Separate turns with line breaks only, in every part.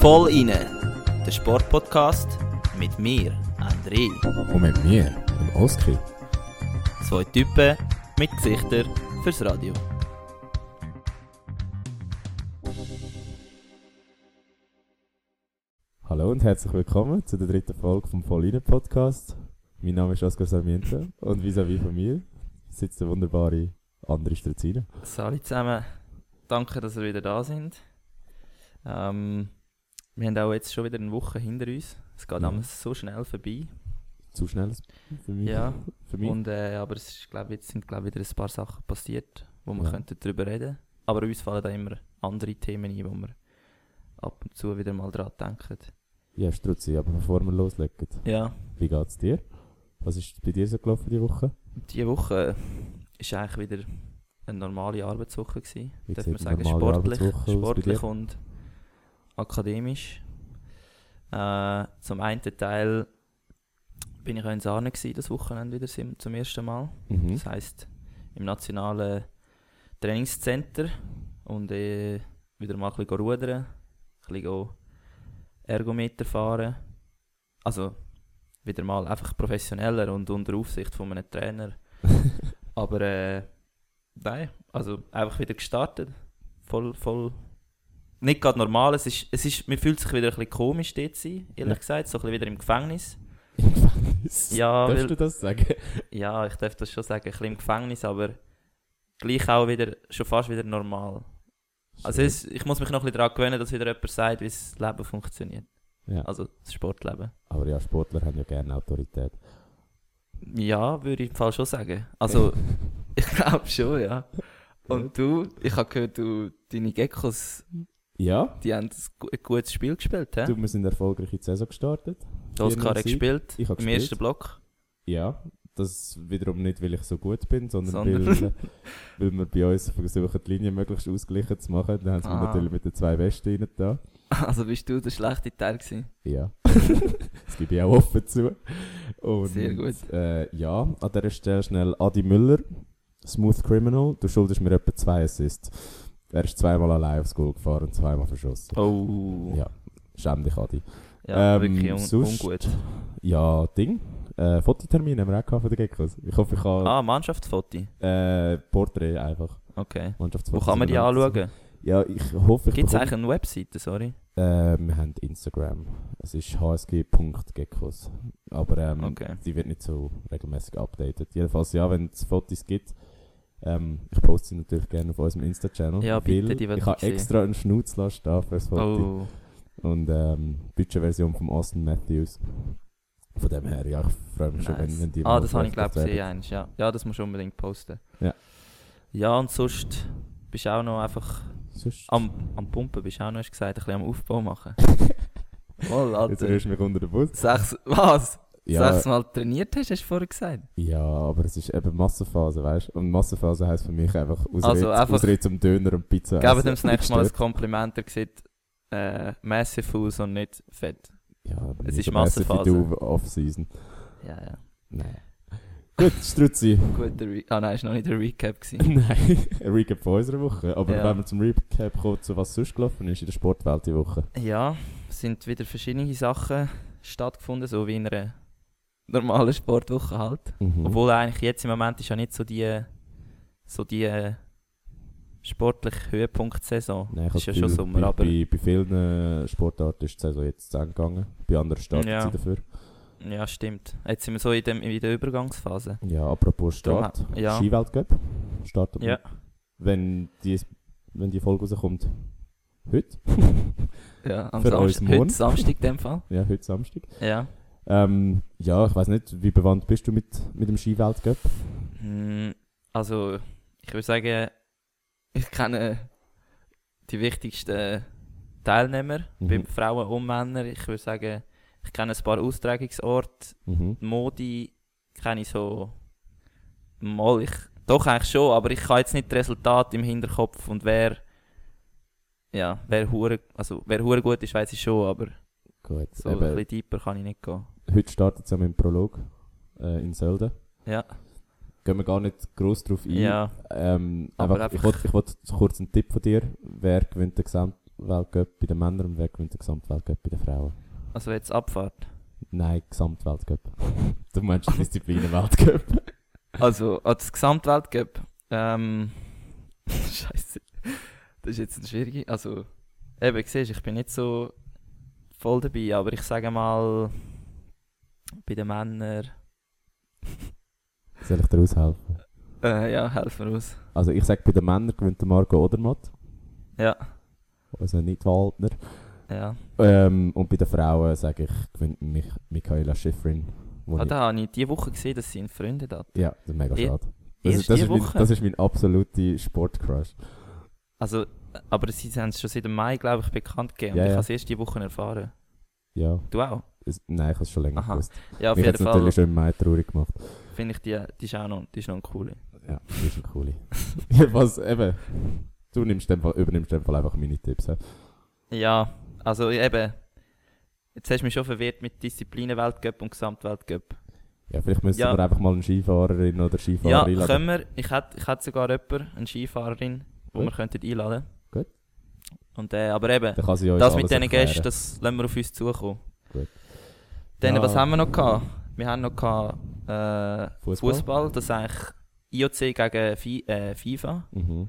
Voll inne, der Sportpodcast mit mir, André.
Und mit mir, dem Oskar.
Zwei Typen mit Gesichtern fürs Radio.
Hallo und herzlich willkommen zu der dritten Folge vom Voll inne Podcast. Mein Name ist Oskar Sarmiento und vis-à-vis von mir sitzt der wunderbare André Strezina.
Salut zusammen, danke, dass ihr wieder da sind. Ähm, wir haben auch jetzt schon wieder eine Woche hinter uns. Es geht
Ja.
damals so schnell vorbei.
Zu schnell für mich.
Ja,
für mich.
Und, äh, aber es ist, glaub, jetzt sind glaub, wieder ein paar Sachen passiert, wo wir
Ja.
könnten darüber reden Aber uns fallen da immer andere Themen ein, wo wir ab und zu wieder mal dran denken.
Ja, Struzzi, aber bevor wir loslegen,
Ja,
wie geht's dir? Was ist bei dir so gelaufen die Woche?
diese Woche war eigentlich wieder eine normale Arbeitswoche. Gewesen.
Wie
Darf
sieht
man sagen,
eine normale
sportlich,
Arbeitswoche aus bei
sportlich
dir?
und akademisch. Äh, zum einen Teil bin ich auch in Sarne gewesen, das Wochenende wieder sim- zum ersten Mal.
Mhm.
Das heißt im nationalen Trainingscenter und äh, wieder mal ein bisschen rudern, ein bisschen go Ergometer fahren. Also wieder mal einfach professioneller und unter Aufsicht von einem Trainer. Aber äh, nein, also einfach wieder gestartet. Voll, voll. Nicht gerade normal. Es ist, es ist, mir fühlt sich wieder ein bisschen komisch dort zu sein, ehrlich
Ja.
gesagt. So ein bisschen wieder im Gefängnis.
Im Gefängnis.
Ja,
Darfst
weil-
du das sagen?
Ja, ich darf das schon sagen, ein bisschen im Gefängnis, aber gleich auch wieder, schon fast wieder normal. Also
Schön.
es, ich muss mich noch ein bisschen daran gewöhnen, dass wieder jemand sagt, wie das Leben funktioniert.
Ja.
Also das Sportleben.
Aber ja, Sportler haben ja gerne Autorität.
Ja, würde ich im Fall schon sagen. Also ich glaube schon, ja. Und du, ich habe gehört, du, deine Geckos,
Ja,
die haben ein gu- ein gutes Spiel gespielt, hä?
du, wir sind erfolgreich in die Saison gestartet.
Der Oskar hat
Sieg.
gespielt,
Ich habe
im
gespielt.
ersten Block.
Ja, das wiederum nicht, weil ich so gut bin, sondern,
Sondern-
Weil, äh, weil wir bei uns versuchen, die Linie möglichst ausgeglichen zu machen. Dann haben sie mir
Ah.
natürlich mit den zwei Westen rein da.
Also bist du der schlechte Teil gewesen.
Ja, das gebe ich auch offen zu. Und,
Sehr gut.
Äh, ja, an dieser Stelle schnell Adi Müller, Smooth Criminal. Du schuldest mir etwa zwei Assists. Er ist zweimal allein aufs Goal gefahren und zweimal verschossen.
Oh.
Ja, schäm dich, Adi.
Ja,
Ähm,
wirklich un
sonst- halt.
ungut.
Ja, Ding. Äh, Fototermin haben wir auch gehabt von den Geckos. Ich hoffe, ich kann
Ah, Mannschaftsfoto.
äh, Porträt einfach.
Okay. Wo
Mannschaftsfotos
kann man die
miteinander.
anschauen?
Ja, ich hoffe, ich
Gibt es
bekomme-
eigentlich eine Webseite, sorry?
Äh, wir haben Instagram. Es ist hsg.geckos. Aber ähm,
Okay.
die wird nicht so regelmäßig updated. Jedenfalls, ja, wenn es Fotos gibt, ähm, ich poste sie natürlich gerne auf unserem Insta-Channel.
Ja, bitte,
weil
die will
Ich
ich
habe
sehen.
extra einen Schnutz lassen da fürs Foto.
Oh,
Und ähm, Budgetversion von Austin Matthews. Von dem her, ja, ich freue mich schon, wenn, wenn
nice.
die
Ah,
mal
das habe ich glaube
veröffentlicht
gesehen,
werden.
eins, ja. Ja, das musst du unbedingt posten.
Ja.
Ja, und sonst bist du auch noch einfach
Sonst,
am, am Pumpen, bist du auch noch, hast du gesagt, ein bisschen am Aufbau machen. Voll,
jetzt
Alter.
rührst du mich unter den Bus.
Sechs, was?
Ja,
Sechsmal trainiert hast, hast du vorher gesagt?
Ja, aber es ist eben Massenphase, weißt du? Und Massenphase heisst für mich einfach Ausrede,
Also einfach-
Ausrede zum Döner und Pizza.
Gebt
essen.
ihm das nächste Mal ein
Gestört.
Kompliment, er sieht äh, massive aus und nicht fett.
Ja, aber
Es
nicht
ist
so massiv wie
Massenphase.
Du Off-Season.
Ja, ja.
Nein. Gut, Strutzi.
Gut, der Re Ah nein, ist noch nicht der Recap gewesen.
Nein, ein Recap von unserer Woche. Aber
Ja.
wenn wir zum Recap kommen, zu was sonst gelaufen ist in der Sportwelt die Woche.
Ja, es sind wieder verschiedene Sachen stattgefunden, so wie in einer normalen Sportwoche halt.
Mhm.
Obwohl eigentlich jetzt im Moment ist ja nicht so die, so die sportliche Höhepunktsaison.
Nein, ich
ist
habe
ja
das
schon
Gefühl,
Sommer,
bei,
aber
Bei, bei vielen Sportarten ist die Saison jetzt zu Ende gegangen. Bei anderen startet
Ja.
sie dafür.
ja, stimmt. Jetzt sind wir so in, dem, in der Übergangsphase.
Ja, apropos
Darum
Start.
ha- ja.
Skiweltcup startet
Ja,
wenn die, wenn die Folge rauskommt. Heute?
ja am
Für uns
Samstag,
morgen.
heute Samstag in dem Fall.
Ja, heute Samstag.
Ja.
Ähm, ja, ich weiß nicht, wie bewandt bist du mit, mit dem Skiweltcup?
Hm, Also, ich würde sagen, ich kenne die wichtigsten Teilnehmer,
Mhm.
bei Frauen und Männern. Ich würde sagen, ich kenne ein paar Austragungsorte.
Mhm.
Die Modi kenne ich so. Mal, ich, doch eigentlich schon, aber ich habe jetzt nicht das Resultat im Hinterkopf und wer. Ja, wer hure, also wer hure gut ist, weiß ich schon, aber
Gut.
so ein
Eben,
bisschen deeper kann ich nicht gehen.
heute startet es ja mit dem Prolog äh, in Sölden.
Ja.
gehen wir gar nicht gross drauf ein.
Ja,
Ähm,
Aber
einfach, ich
einfach-
wollte ich wollt kurz einen Tipp von dir. Wer gewinnt den Gesamtweltcup bei den Männern und wer gewinnt den Gesamtweltcup bei den Frauen?
also jetzt Abfahrt.
Nein, Gesamtweltcup. du meinst Disziplinen-Weltcup.
Also, als Gesamtweltcup. Ähm, Scheiße. Das ist jetzt ein schwierige. Also, eben, du siehst, ich bin nicht so voll dabei, aber ich sage mal, bei den Männern.
Soll ich dir aushelfen?
Äh, ja, helf mir aus.
Also ich sage, bei den Männern gewinnt der Marco Odermatt.
Ja.
Also nicht Waldner.
Ja.
Ähm, und bei den Frauen sage ich, gewinnt mich Michaela Schifrin. wo
Ah,
ich-
da habe ich diese Woche gesehen, dass sie einen Freund hat.
Ja, das ist mega
Eh-
schade. Das
Erst
ist, das,
diese
ist mein,
Woche.
das ist mein absoluter Sportcrush.
Also, aber sie haben es schon seit dem Mai, glaube ich, bekannt gegeben. Und
Ja,
ich
ja.
habe es erst diese Woche erfahren.
Ja,
Du auch?
es, nein, ich habe es schon länger
Aha.
gewusst.
Ja, auf
Mich hat
jeden Fall
es natürlich schon im Mai traurig gemacht.
finde ich die, die ist auch noch, die ist noch eine coole.
Ja, das ist ein coole. ja, was, eben. Du nimmst den Fall, übernimmst den Fall einfach meine Tipps. hä?
Ja, also eben. Jetzt hast du mich schon verwirrt mit Disziplinen-Weltcup und Gesamtweltcup.
Ja, vielleicht müssen
Ja.
wir einfach mal eine Skifahrerin oder Skifahrer
Ja,
einladen.
können wir. Ich hätte ich hätte sogar jemanden, eine Skifahrerin, die
Gut.
wir könnten einladen
Gut.
Und, äh, aber eben,
Dann kann sie uns
das mit
alles
diesen
erklären.
Gästen, das lassen wir auf uns zukommen.
Gut.
Dann,
Ja.
was haben wir noch gehabt? Wir haben noch gehabt, äh,
Fußball.
Fußball, das ist eigentlich IOC gegen Fi äh, FIFA.
Mhm.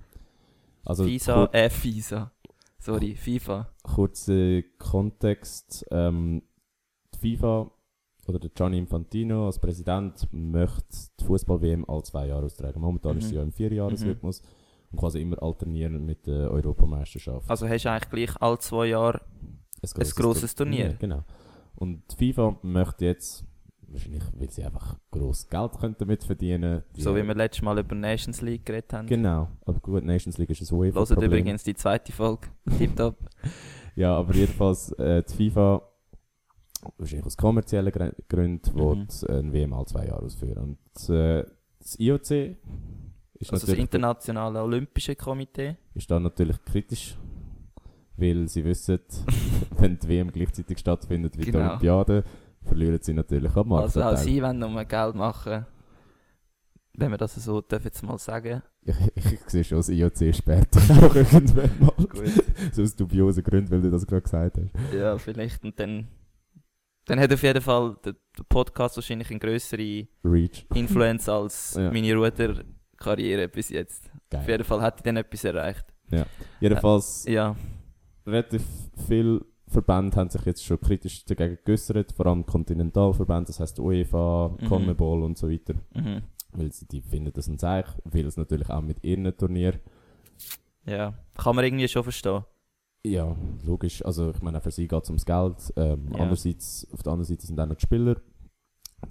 Also,
FISA, äh, FISA. Sorry, FIFA.
kurzer Kontext. Ähm, die FIFA oder der Gianni Infantino als Präsident möchte die Fußball-WM alle zwei Jahre austragen. Momentan ist sie
Mhm.
ja im Vierjahresrhythmus und quasi immer alternieren mit der Europameisterschaft.
Also hast du eigentlich gleich alle zwei Jahre ein grosses Turnier.
Genau. Und die FIFA möchte jetzt, wahrscheinlich weil sie einfach gross Geld können damit verdienen die-
So wie wir letztes Mal über Nations League geredet haben. Genau.
Genau, aber gut, Nations League ist ein E UEFA.
Loset übrigens die zweite Folge. Tipptopp.
Ja, aber jedenfalls, äh, die FIFA, wahrscheinlich aus kommerziellen Grä- Gründen,
Mhm.
will ein WM alle zwei Jahre ausführen. Und äh, das IOC
Also
ist,
das
natürlich,
Internationale Olympische Komitee.
ist da natürlich kritisch, weil sie wissen, wenn die WM gleichzeitig stattfindet wie die
Genau.
Olympiade, verlieren sie natürlich am Markt.
Also auch sie wollen nur Geld machen. Wenn wir das so dürfen jetzt mal sagen.
Ich, ich, ich sehe schon das IOC später auch irgendwann mal.
Gut.
So aus dubiosen Gründen, weil du das gerade gesagt hast.
ja, vielleicht. Und dann, dann hat auf jeden Fall der, der Podcast wahrscheinlich eine größere
Reach.
Influence als
Ja.
meine Ruderkarriere bis jetzt. Auf
Geil.
jeden Fall hat ich dann etwas erreicht.
Jedenfalls,
Ja,
relativ viele Verbände haben sich jetzt schon kritisch dagegen geäußert, vor allem Kontinentalverbände, das heißt UEFA,
Mhm.
CONMEBOL und so weiter,
mhm.
weil sie die finden das ein Zeich, weil es natürlich auch mit ihren Turnier.
ja. Kann man irgendwie schon verstehen.
Ja, logisch, also ich meine, auch für sie geht es ums Geld. Ähm,
Ja.
andererseits, auf der anderen Seite sind auch noch die Spieler,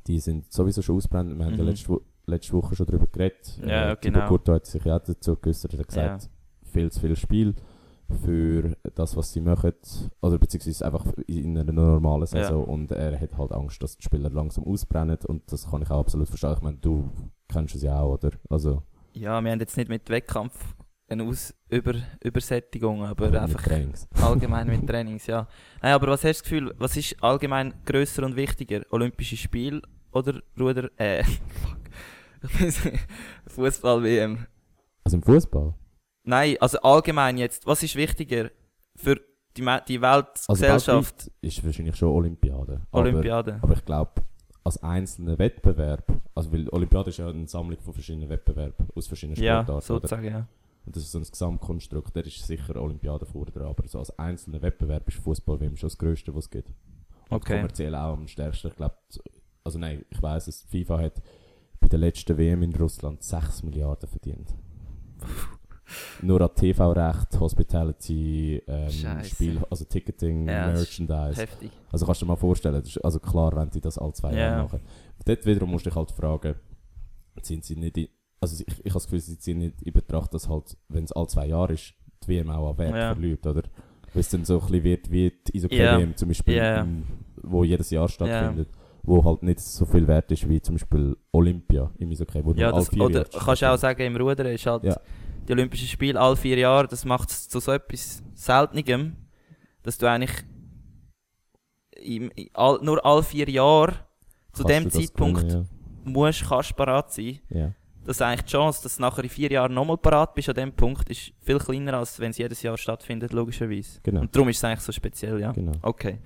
die sind sowieso schon ausbrennt. Wir haben ja
Mhm.
letzte, Wo- letzte Woche schon darüber geredet. Äh,
Ja,
Thibaut
genau.
Courtois hat sich ja auch dazu geäußert, er hat gesagt, viel zu viel Spiel für das, was sie machen, oder beziehungsweise einfach in einer normalen Saison und er hat halt Angst, dass die Spieler langsam ausbrennen und das kann ich auch absolut verstehen. Ich meine, du kennst es ja auch, oder? Also,
Ja, wir haben jetzt nicht mit Wettkampf eine Aus Über Übersättigung, aber
mit
einfach
Trainings.
allgemein mit Trainings, ja. Nein, aber was hast du das Gefühl, was ist allgemein grösser und wichtiger? Olympische Spiele oder Ruder... Äh, fuck. Fußball-WM.
Also im Fußball?
Nein, also allgemein jetzt, was ist wichtiger für die, Ma- die
Also
Weltgesellschaft?
weltweit ist wahrscheinlich schon Olympiade.
Olympiade.
Aber, aber ich glaube, als einzelner Wettbewerb, also weil Olympiade ist ja eine Sammlung von verschiedenen Wettbewerben aus verschiedenen
Ja,
Sportarten. oder?
sozusagen, ja.
Und das ist so ein Gesamtkonstrukt, der ist sicher Olympiade vorne, aber so als einzelner Wettbewerb ist Fußball WM schon das Größte, was es gibt. Und
Okay.
kommerziell auch am stärksten. Ich glaube, also nein, ich weiß es, FIFA hat bei der letzten WM in Russland 6 Milliarden verdient. Nur an TV-Recht, Hospitality, ähm,
Scheiße.
Spiel, also Ticketing,
Ja, das ist
Merchandise.
Heftig.
Also kannst du dir mal vorstellen, das ist also klar, wenn die das alle zwei
Ja.
Jahre machen. Und dort wiederum musst du dich halt fragen, sind sie nicht in, also ich, ich habe das Gefühl, sie ziehen nicht in Betracht, dass halt, wenn es alle zwei Jahre ist, die WM auch an Wert
Ja.
verliert, oder? Weil es dann so ein bisschen wird wie die Eishockey-WM zum Beispiel,
Ja.
im- wo jedes Jahr stattfindet, wo halt nicht so viel wert ist wie zum Beispiel Olympia im Eishockey, wo
Ja,
nur alle
das,
vier
oder
Jahre
kannst du auch sagen, im Rudern ist halt
Ja.
die Olympischen Spiele alle vier Jahre, das macht es zu so etwas Seltenem, dass du eigentlich im, i- all, nur alle vier Jahre zu
Kannst
dem
du das
Zeitpunkt
gewinnen,
musst, kannst parat sein,
ja. Ja.
dass eigentlich die Chance, dass du nachher in vier Jahren nochmal parat bist an dem Punkt, ist viel kleiner, als wenn es jedes Jahr stattfindet, logischerweise.
Genau.
Und darum ist es eigentlich so speziell, ja.
Genau.
Okay.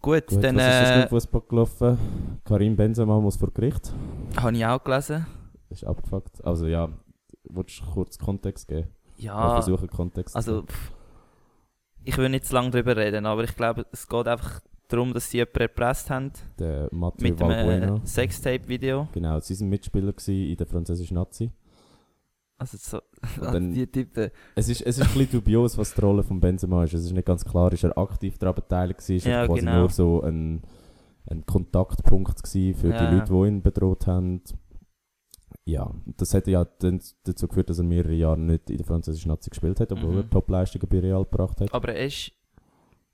Gut,
Gut,
dann
was ist sonst
äh,
mit Fußball gelaufen? Karim Benzema muss vor Gericht.
habe ich auch gelesen.
Das ist abgefuckt. Also ja, willst du kurz Kontext geben? Ich
Ja,
versuche Kontext
Ah, also
zu
pff, ich will nicht zu lange darüber reden, aber ich glaube, es geht einfach darum, dass sie jemanden erpresst haben
geben. Der Mathieu
mit einem
Valbuena.
äh, Sextape-Video.
Genau, sie sind Mitspieler gewesen in der französischen Nazi.
Also so,
dann-
die Typen.
Es ist, es ist ein bisschen dubios, was die Rolle von Benzema ist. Es ist nicht ganz klar, ist er aktiv daran beteiligt gewesen, ist er
Ja,
quasi
genau.
nur so ein, ein Kontaktpunkt gewesen für
Ja.
die Leute, die ihn bedroht haben. Ja, das hätte ja dann dazu geführt, dass er mehrere Jahre nicht in der französischen Nazi gespielt hat, obwohl
Mhm.
er Topleistungen bei Real gebracht hat.
Aber er ist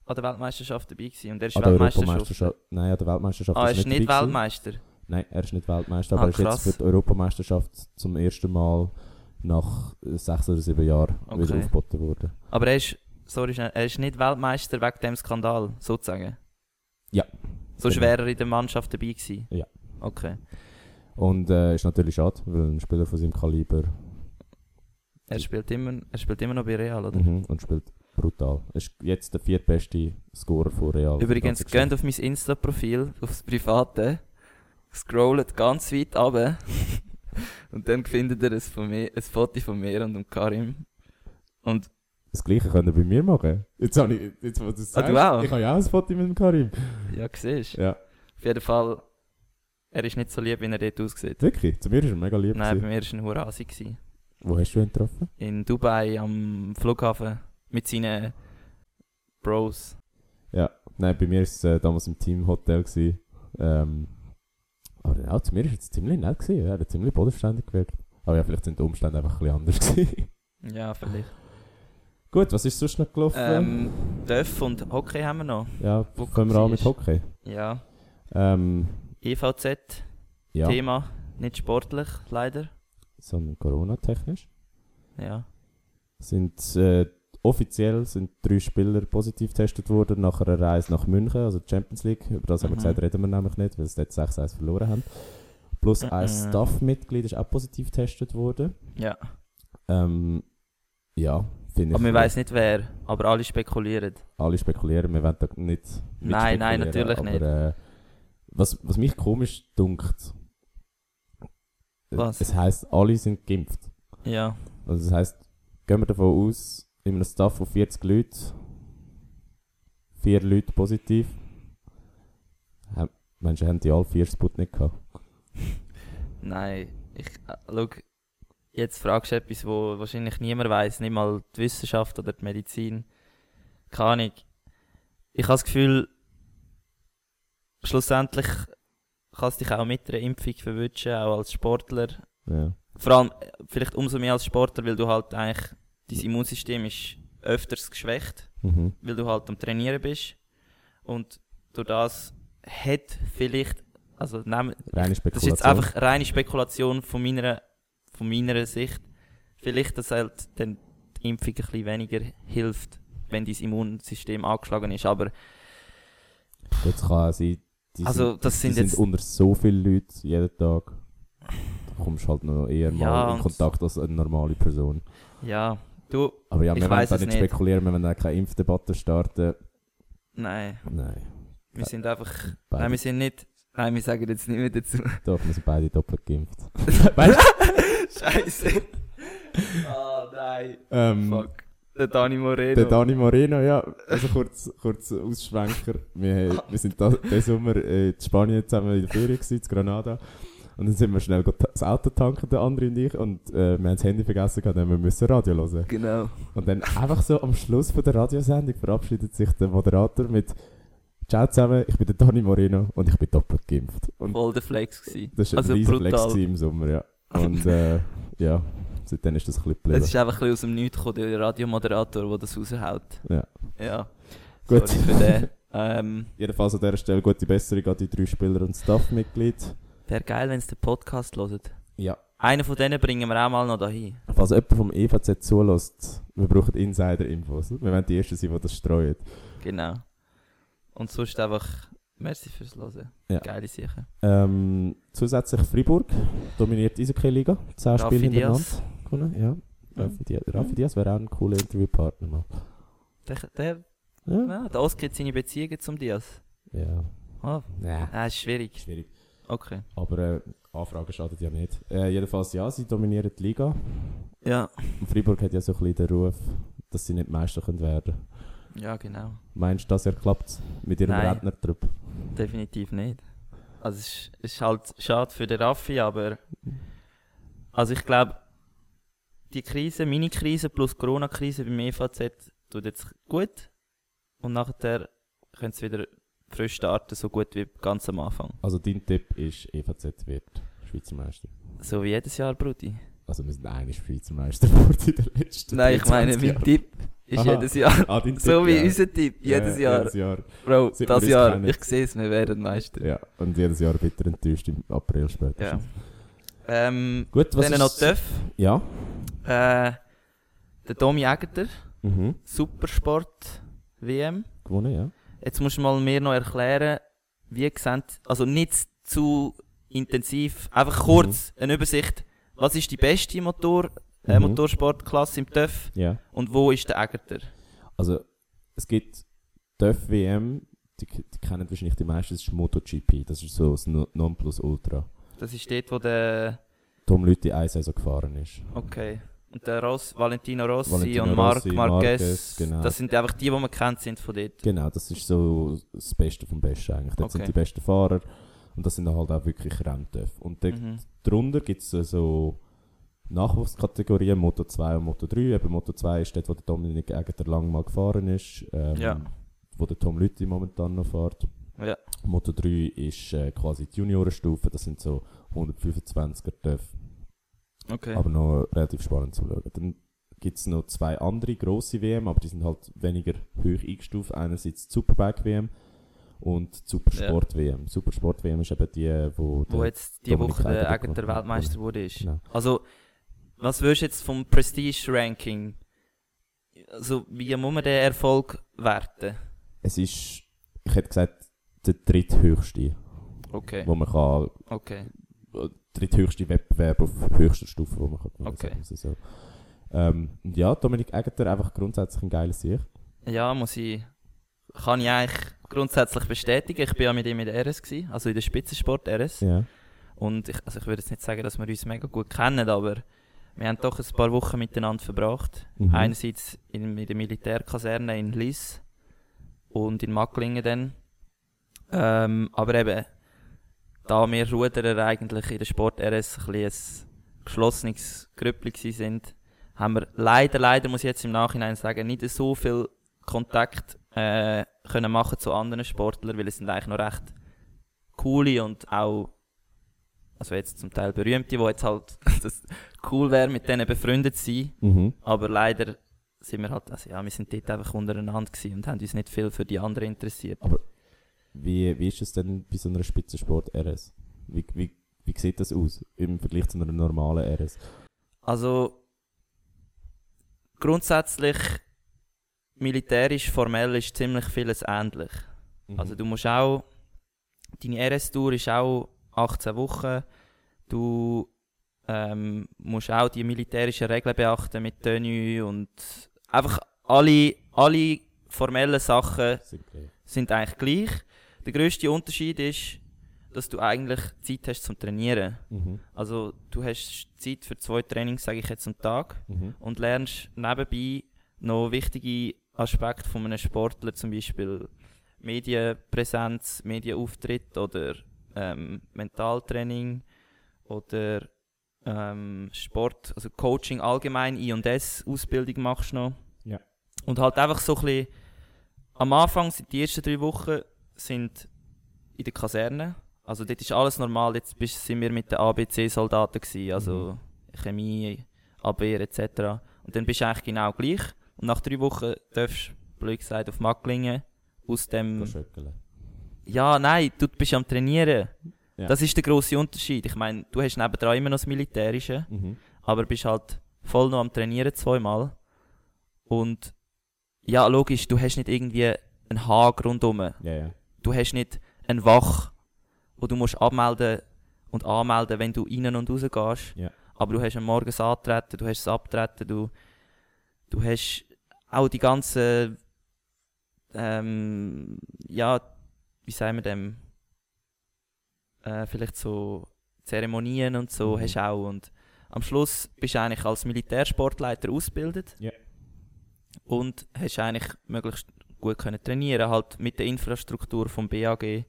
an der Weltmeisterschaft dabei gewesen und er ist
An Ah, der
Weltmeisterschaft.
Europameisterschaft. Nein, an der Weltmeisterschaft.
Ah, er
ist
ist
er
nicht
dabei gewesen.
Weltmeister.
Nein, er ist nicht Weltmeister,
Ah,
aber er ist
krass.
jetzt für die Europameisterschaft zum ersten Mal nach äh, sechs oder sieben Jahren
Okay.
wieder aufgeboten worden.
Aber er ist, sorry, schnell, er ist nicht Weltmeister wegen dem Skandal, sozusagen.
Ja.
Sonst
Genau.
wäre er in der Mannschaft dabei gewesen.
Ja.
Okay.
Und äh, ist natürlich schade, weil ein Spieler von seinem Kaliber
Er spielt immer, er spielt immer noch bei Real, oder?
mhm, und spielt brutal. Ist jetzt der viertbeste Scorer von Real.
Übrigens,
Ganze
geht auf mein Insta-Profil, aufs Private, scrollt ganz weit runter und dann findet ihr ein, von mir, ein Foto von mir und dem Karim. Und
Das gleiche könnt ihr bei mir machen. Jetzt habe ich, jetzt, wo du es
Ah, du
sagst,
auch?
ich habe ja auch ein Foto mit dem Karim.
ja, siehst
Ja,
Auf jeden Fall, er ist nicht so lieb, wie er dort aussieht.
wirklich. Zu mir ist er mega lieb.
Nein, bei
gewesen.
mir war ein Hurasi. gewesen.
Wo hast du ihn getroffen?
In Dubai am Flughafen mit seinen Bros.
Nein, bei mir war es äh, damals im Teamhotel. gewesen. Ähm, aber ja, zu mir war es ziemlich nett. Gewesen. Er hat ziemlich bodenständig gewirkt. Aber ja, vielleicht sind die Umstände einfach ein bisschen anders. gewesen.
Ja, vielleicht.
Gut, was ist sonst noch gelaufen?
Ähm, Döff und Hockey haben wir noch.
ja,
wo
fangen wir an mit
war-
Hockey.
Ja.
Ähm,
EVZ,
ja,
Thema. Nicht sportlich, leider.
sondern Corona-technisch.
Ja.
Sind, äh, offiziell sind drei Spieler positiv getestet worden nach einer Reise nach München, also die Champions League. Über das haben wir
Mhm.
gesagt, reden wir nämlich nicht, weil sie dort 6-1 verloren haben. Plus ein
Mhm.
Staff-Mitglied ist auch positiv getestet worden.
Ja.
Ähm, ja, finde ich.
Aber man weiß nicht wer, aber alle spekulieren.
Alle spekulieren, wir wollen da nicht.
Nein, nein,
mitspekulieren,
natürlich nicht.
aber, Äh, was, was mich komisch dunkt.
Was?
Es heisst, alle sind geimpft.
Ja.
Also das heisst, gehen wir davon aus, in einem Staff von 40 Leuten, vier Leute positiv, haben, Menschen haben die alle vier Sputnik gehabt.
Nein. Ich, äh, schau, jetzt fragst du etwas, wo wahrscheinlich niemand weiß, nicht mal die Wissenschaft oder die Medizin. Keine Ahnung. Ich habe das Gefühl, schlussendlich kannst du dich auch mit einer Impfung verwünschen, auch als Sportler.
Ja.
Vor allem, äh, vielleicht umso mehr als Sportler, weil du halt eigentlich, dein Immunsystem ist öfters geschwächt.
Mhm.
weil du halt am Trainieren bist. Und durch das hat vielleicht, also nehmen, das
Reine
ist jetzt
Spekulation.
einfach reine Spekulation von meiner, von meiner Sicht, vielleicht, dass halt dann die Impfung ein bisschen weniger hilft, wenn dein Immunsystem angeschlagen ist. Aber,
Jetzt kann sein, die
also, das
sind,
sind
die sind
jetzt,
unter so vielen Leuten jeden Tag. Da kommst du halt noch eher mal
Ja,
in
und-
Kontakt als eine normale Person.
ja, du,
Aber ja,
Ich
wir wollen
weiss
da
es
nicht,
nicht.
spekulieren, wir wollen auch keine Impfdebatte starten.
nein,
Nein,
wir sind einfach,
beide,
nein, wir sind nicht, nein, wir sagen jetzt nicht mehr dazu.
doch, wir sind beide doppelt geimpft.
Scheiße. Oh nein,
Ähm,
fuck. Der Dani Moreno.
Der Dani Moreno, ja, also kurz, kurz Ausschwenker. Wir, wir sind da- diesen Sommer in Spanien zusammen in der Ferien, gewesen, in Granada. Und dann sind wir schnell go- das Auto tanken, der andere und ich. Und äh, wir haben das Handy vergessen, gehabt, dann haben wir müssen Radio hören.
genau.
Und dann einfach so am Schluss von der Radiosendung verabschiedet sich der Moderator mit «Ciao zusammen, ich bin der Dani Moreno und ich bin doppelt geimpft». Und
voll der Flex gewesen.
das war
also
ein riesen Flex
brutal.
gewesen im Sommer, ja. Und äh, ja, seitdem ist das ein bisschen
Es
geblieben.
ist einfach ein bisschen aus dem Nichts gekommen, der Radiomoderator, der das raushaut.
Ja.
Ja.
Gut.
Sorry für den. Ähm,
Jedenfalls an dieser Stelle gute Besserung an die drei Spieler und Staffmitglied.
Wäre geil, wenn es den Podcast hört.
Ja.
Einen von denen bringen wir auch mal noch dahin.
Falls jemand vom EVZ zulässt, wir brauchen Insider-Infos. Wir wollen die Ersten sein, die das streuen.
Genau. Und sonst einfach Merci fürs Hören.
Ja.
Geile Sache.
Ähm, zusätzlich Freiburg dominiert die Eishockey-Liga. Zehn
Raffi
Spiele hintereinander
Diaz,
gewonnen. Ja. Raffi Diaz, Raffi Diaz wäre auch ein cooler Interviewpartner. Mal.
Der, der,
Ja.
ja, der Oskar hat seine Beziehungen zum Diaz.
ja.
Ah,
Nee.
ah, ist schwierig.
Schwierig.
Okay.
Aber äh, Anfragen schadet ja nicht. Äh, jedenfalls, ja, sie dominieren die Liga.
Ja,
Und Freiburg hat ja so ein bisschen den Ruf, dass sie nicht Meister können werden können.
ja genau.
Meinst du, das er klappt mit ihrem
Nein.
Rentnertrupp?
Definitiv nicht. Also es ist, es ist halt schade für den Raffi, aber also ich glaube, die Krise, meine Krise plus Corona-Krise beim EVZ tut jetzt gut und nachher können sie wieder frisch starten, so gut wie ganz am Anfang.
Also dein Tipp ist, EVZ wird Schweizer Meister.
So wie jedes Jahr, Bruti.
Also wir sind eigentlich Schweizer Meister geworden in den letzten
Nein, ich meine,
23
mein
Jahren.
Tipp ist
Aha.
jedes Jahr.
Ah, dein
So
Tipp,
wie
ja.
unser Tipp, jedes
Ja,
Jahr.
Jedes Jahr.
Bro,
Seit wir
das
uns
Jahr,
kennen.
ich sehe es, wir werden Meister.
Ja, und jedes Jahr bitter enttäuscht im April später.
Ja. Ähm,
Gut, was
dann noch
ist...
TÜV.
Ja.
Äh, der Domi Egger,
Mhm.
Supersport WM.
Gewonnen, ja.
Jetzt musst du mal mir noch erklären, wie sehen, also nicht zu intensiv,
Mhm.
einfach kurz eine Übersicht. Was ist die beste Motor, äh,
Mhm.
Motorsportklasse im TÜV
Ja.
und wo ist der Egger?
Also, es gibt DÖF WM, die, die kennen wahrscheinlich die meisten, das ist MotoGP, das ist so das No- Nonplusultra.
Das ist dort, wo der,
Tom Leute eine Saison gefahren ist.
okay. Und der Ross, Valentino Rossi
Valentino
und Marc
Rossi,
Marquez,
Marquez, genau.
das sind einfach die, die man kennt sind von dort.
Genau, das ist so das Beste vom Besten eigentlich. Dort sind
Okay.
die besten Fahrer und das sind dann halt auch wirklich Renndöf. Und dort
Mhm.
drunter gibt es so Nachwuchskategorien, Moto 2 und Moto 3. Eben Moto 2 ist dort, wo der Dominik Egger lang mal gefahren ist, ähm,
Ja.
wo der Tom Lütti momentan noch fährt.
Ja.
Moto 3 ist äh, quasi die Juniorenstufe, das sind so 125er Dörf,
Okay.
aber noch relativ spannend zu schauen. Dann gibt es noch zwei andere grosse WM, aber die sind halt weniger hoch eingestuft. Einerseits die Superbike-WM und die Supersport-WM. Supersport-WM ist eben die, wo,
wo
der-
jetzt die
Dominik
Woche der
Heidegger
Egger
gewonnen hat.
Weltmeister wurde. Ist.
Genau.
Also, was würdest du jetzt vom Prestige-Ranking, also wie muss man den Erfolg werten?
es ist, ich hätte gesagt, der dritthöchste,
Okay,
wo man kann,
okay,
dritthöchste Wettbewerb auf höchster Stufe, wo man kann. gewinnen,
Okay.
sagen wir so. Ähm, und ja, Dominik Egger einfach grundsätzlich ein geiles Sieg.
ja, muss ich, kann ich eigentlich grundsätzlich bestätigen. Ich bin ja mit ihm in der RS gewesen, also in der Spitzensport RS.
Ja.
Und ich, also ich würde jetzt nicht sagen, dass wir uns mega gut kennen, aber wir haben doch ein paar Wochen miteinander verbracht.
Mhm.
Einerseits in, in der Militärkaserne in Liss und in Macklingen dann. Ähm, aber eben, da wir Ruderer eigentlich in der Sport-RS ein, bisschen ein geschlossenes Grüppli gsi sind, haben wir leider, leider muss ich jetzt im Nachhinein sagen, nicht so viel Kontakt äh, können machen zu anderen Sportlern, weil es sind eigentlich noch recht coole und auch also jetzt zum Teil berühmte, wo jetzt halt das cool wäre, mit denen befreundet zu sein.
Mhm.
Aber leider sind wir halt, also ja, wir sind dort einfach untereinander gewesen und haben uns nicht viel für die anderen interessiert.
Wie, wie ist es denn bei so einer Spitzensport-RS? Wie, wie, wie sieht das aus im Vergleich zu einer normalen RS?
Also grundsätzlich militärisch, formell ist ziemlich vieles ähnlich.
Mhm.
Also du musst auch, deine RS-Tour ist auch 18 Wochen. Du ähm, musst auch die militärischen Regeln beachten mit Tenue und einfach alle, alle formellen Sachen
Sind gleich.
sind eigentlich gleich. Der grösste Unterschied ist, dass du eigentlich Zeit hast zum Trainieren.
Mhm.
Also du hast Zeit für zwei Trainings, sage ich jetzt am Tag,
Mhm.
und lernst nebenbei noch wichtige Aspekte von einem Sportler, zum Beispiel Medienpräsenz, Medienauftritt oder ähm, Mentaltraining oder ähm, Sport, also Coaching allgemein, I&S Ausbildung machst du noch.
Ja.
Und halt einfach so ein bisschen, am Anfang sind die ersten drei Wochen sind in der Kaserne, also dort ist alles normal, jetzt bist, sind wir mit den ABC-Soldaten gewesen, also Chemie, Abwehr etc. Und dann bist du eigentlich genau gleich und nach drei Wochen darfst du, blöd gesagt, auf Macklingen aus dem...
Kann schöckeln.
Ja, nein, du bist am Trainieren.
Ja.
Das ist der große Unterschied. Ich meine, du hast nebendran immer noch das Militärische,
Mhm.
aber bist halt voll noch am Trainieren zweimal. Und ja, logisch, du hast nicht irgendwie einen Haag rundum.
Ja, ja.
Du hast nicht eine Wache, wo du musst abmelden und anmelden, wenn du rein und raus gehst.
Ja.
Aber du hast am Morgen das Antreten, du hast das Abtreten, du, du hast auch die ganzen, ähm, ja, wie sagen wir dem, äh, vielleicht so Zeremonien und so
Mhm.
hast du auch. Und am Schluss bist du eigentlich als Militärsportleiter ausgebildet.
Ja.
Und hast eigentlich möglichst gut können trainieren, halt mit der Infrastruktur vom BAG,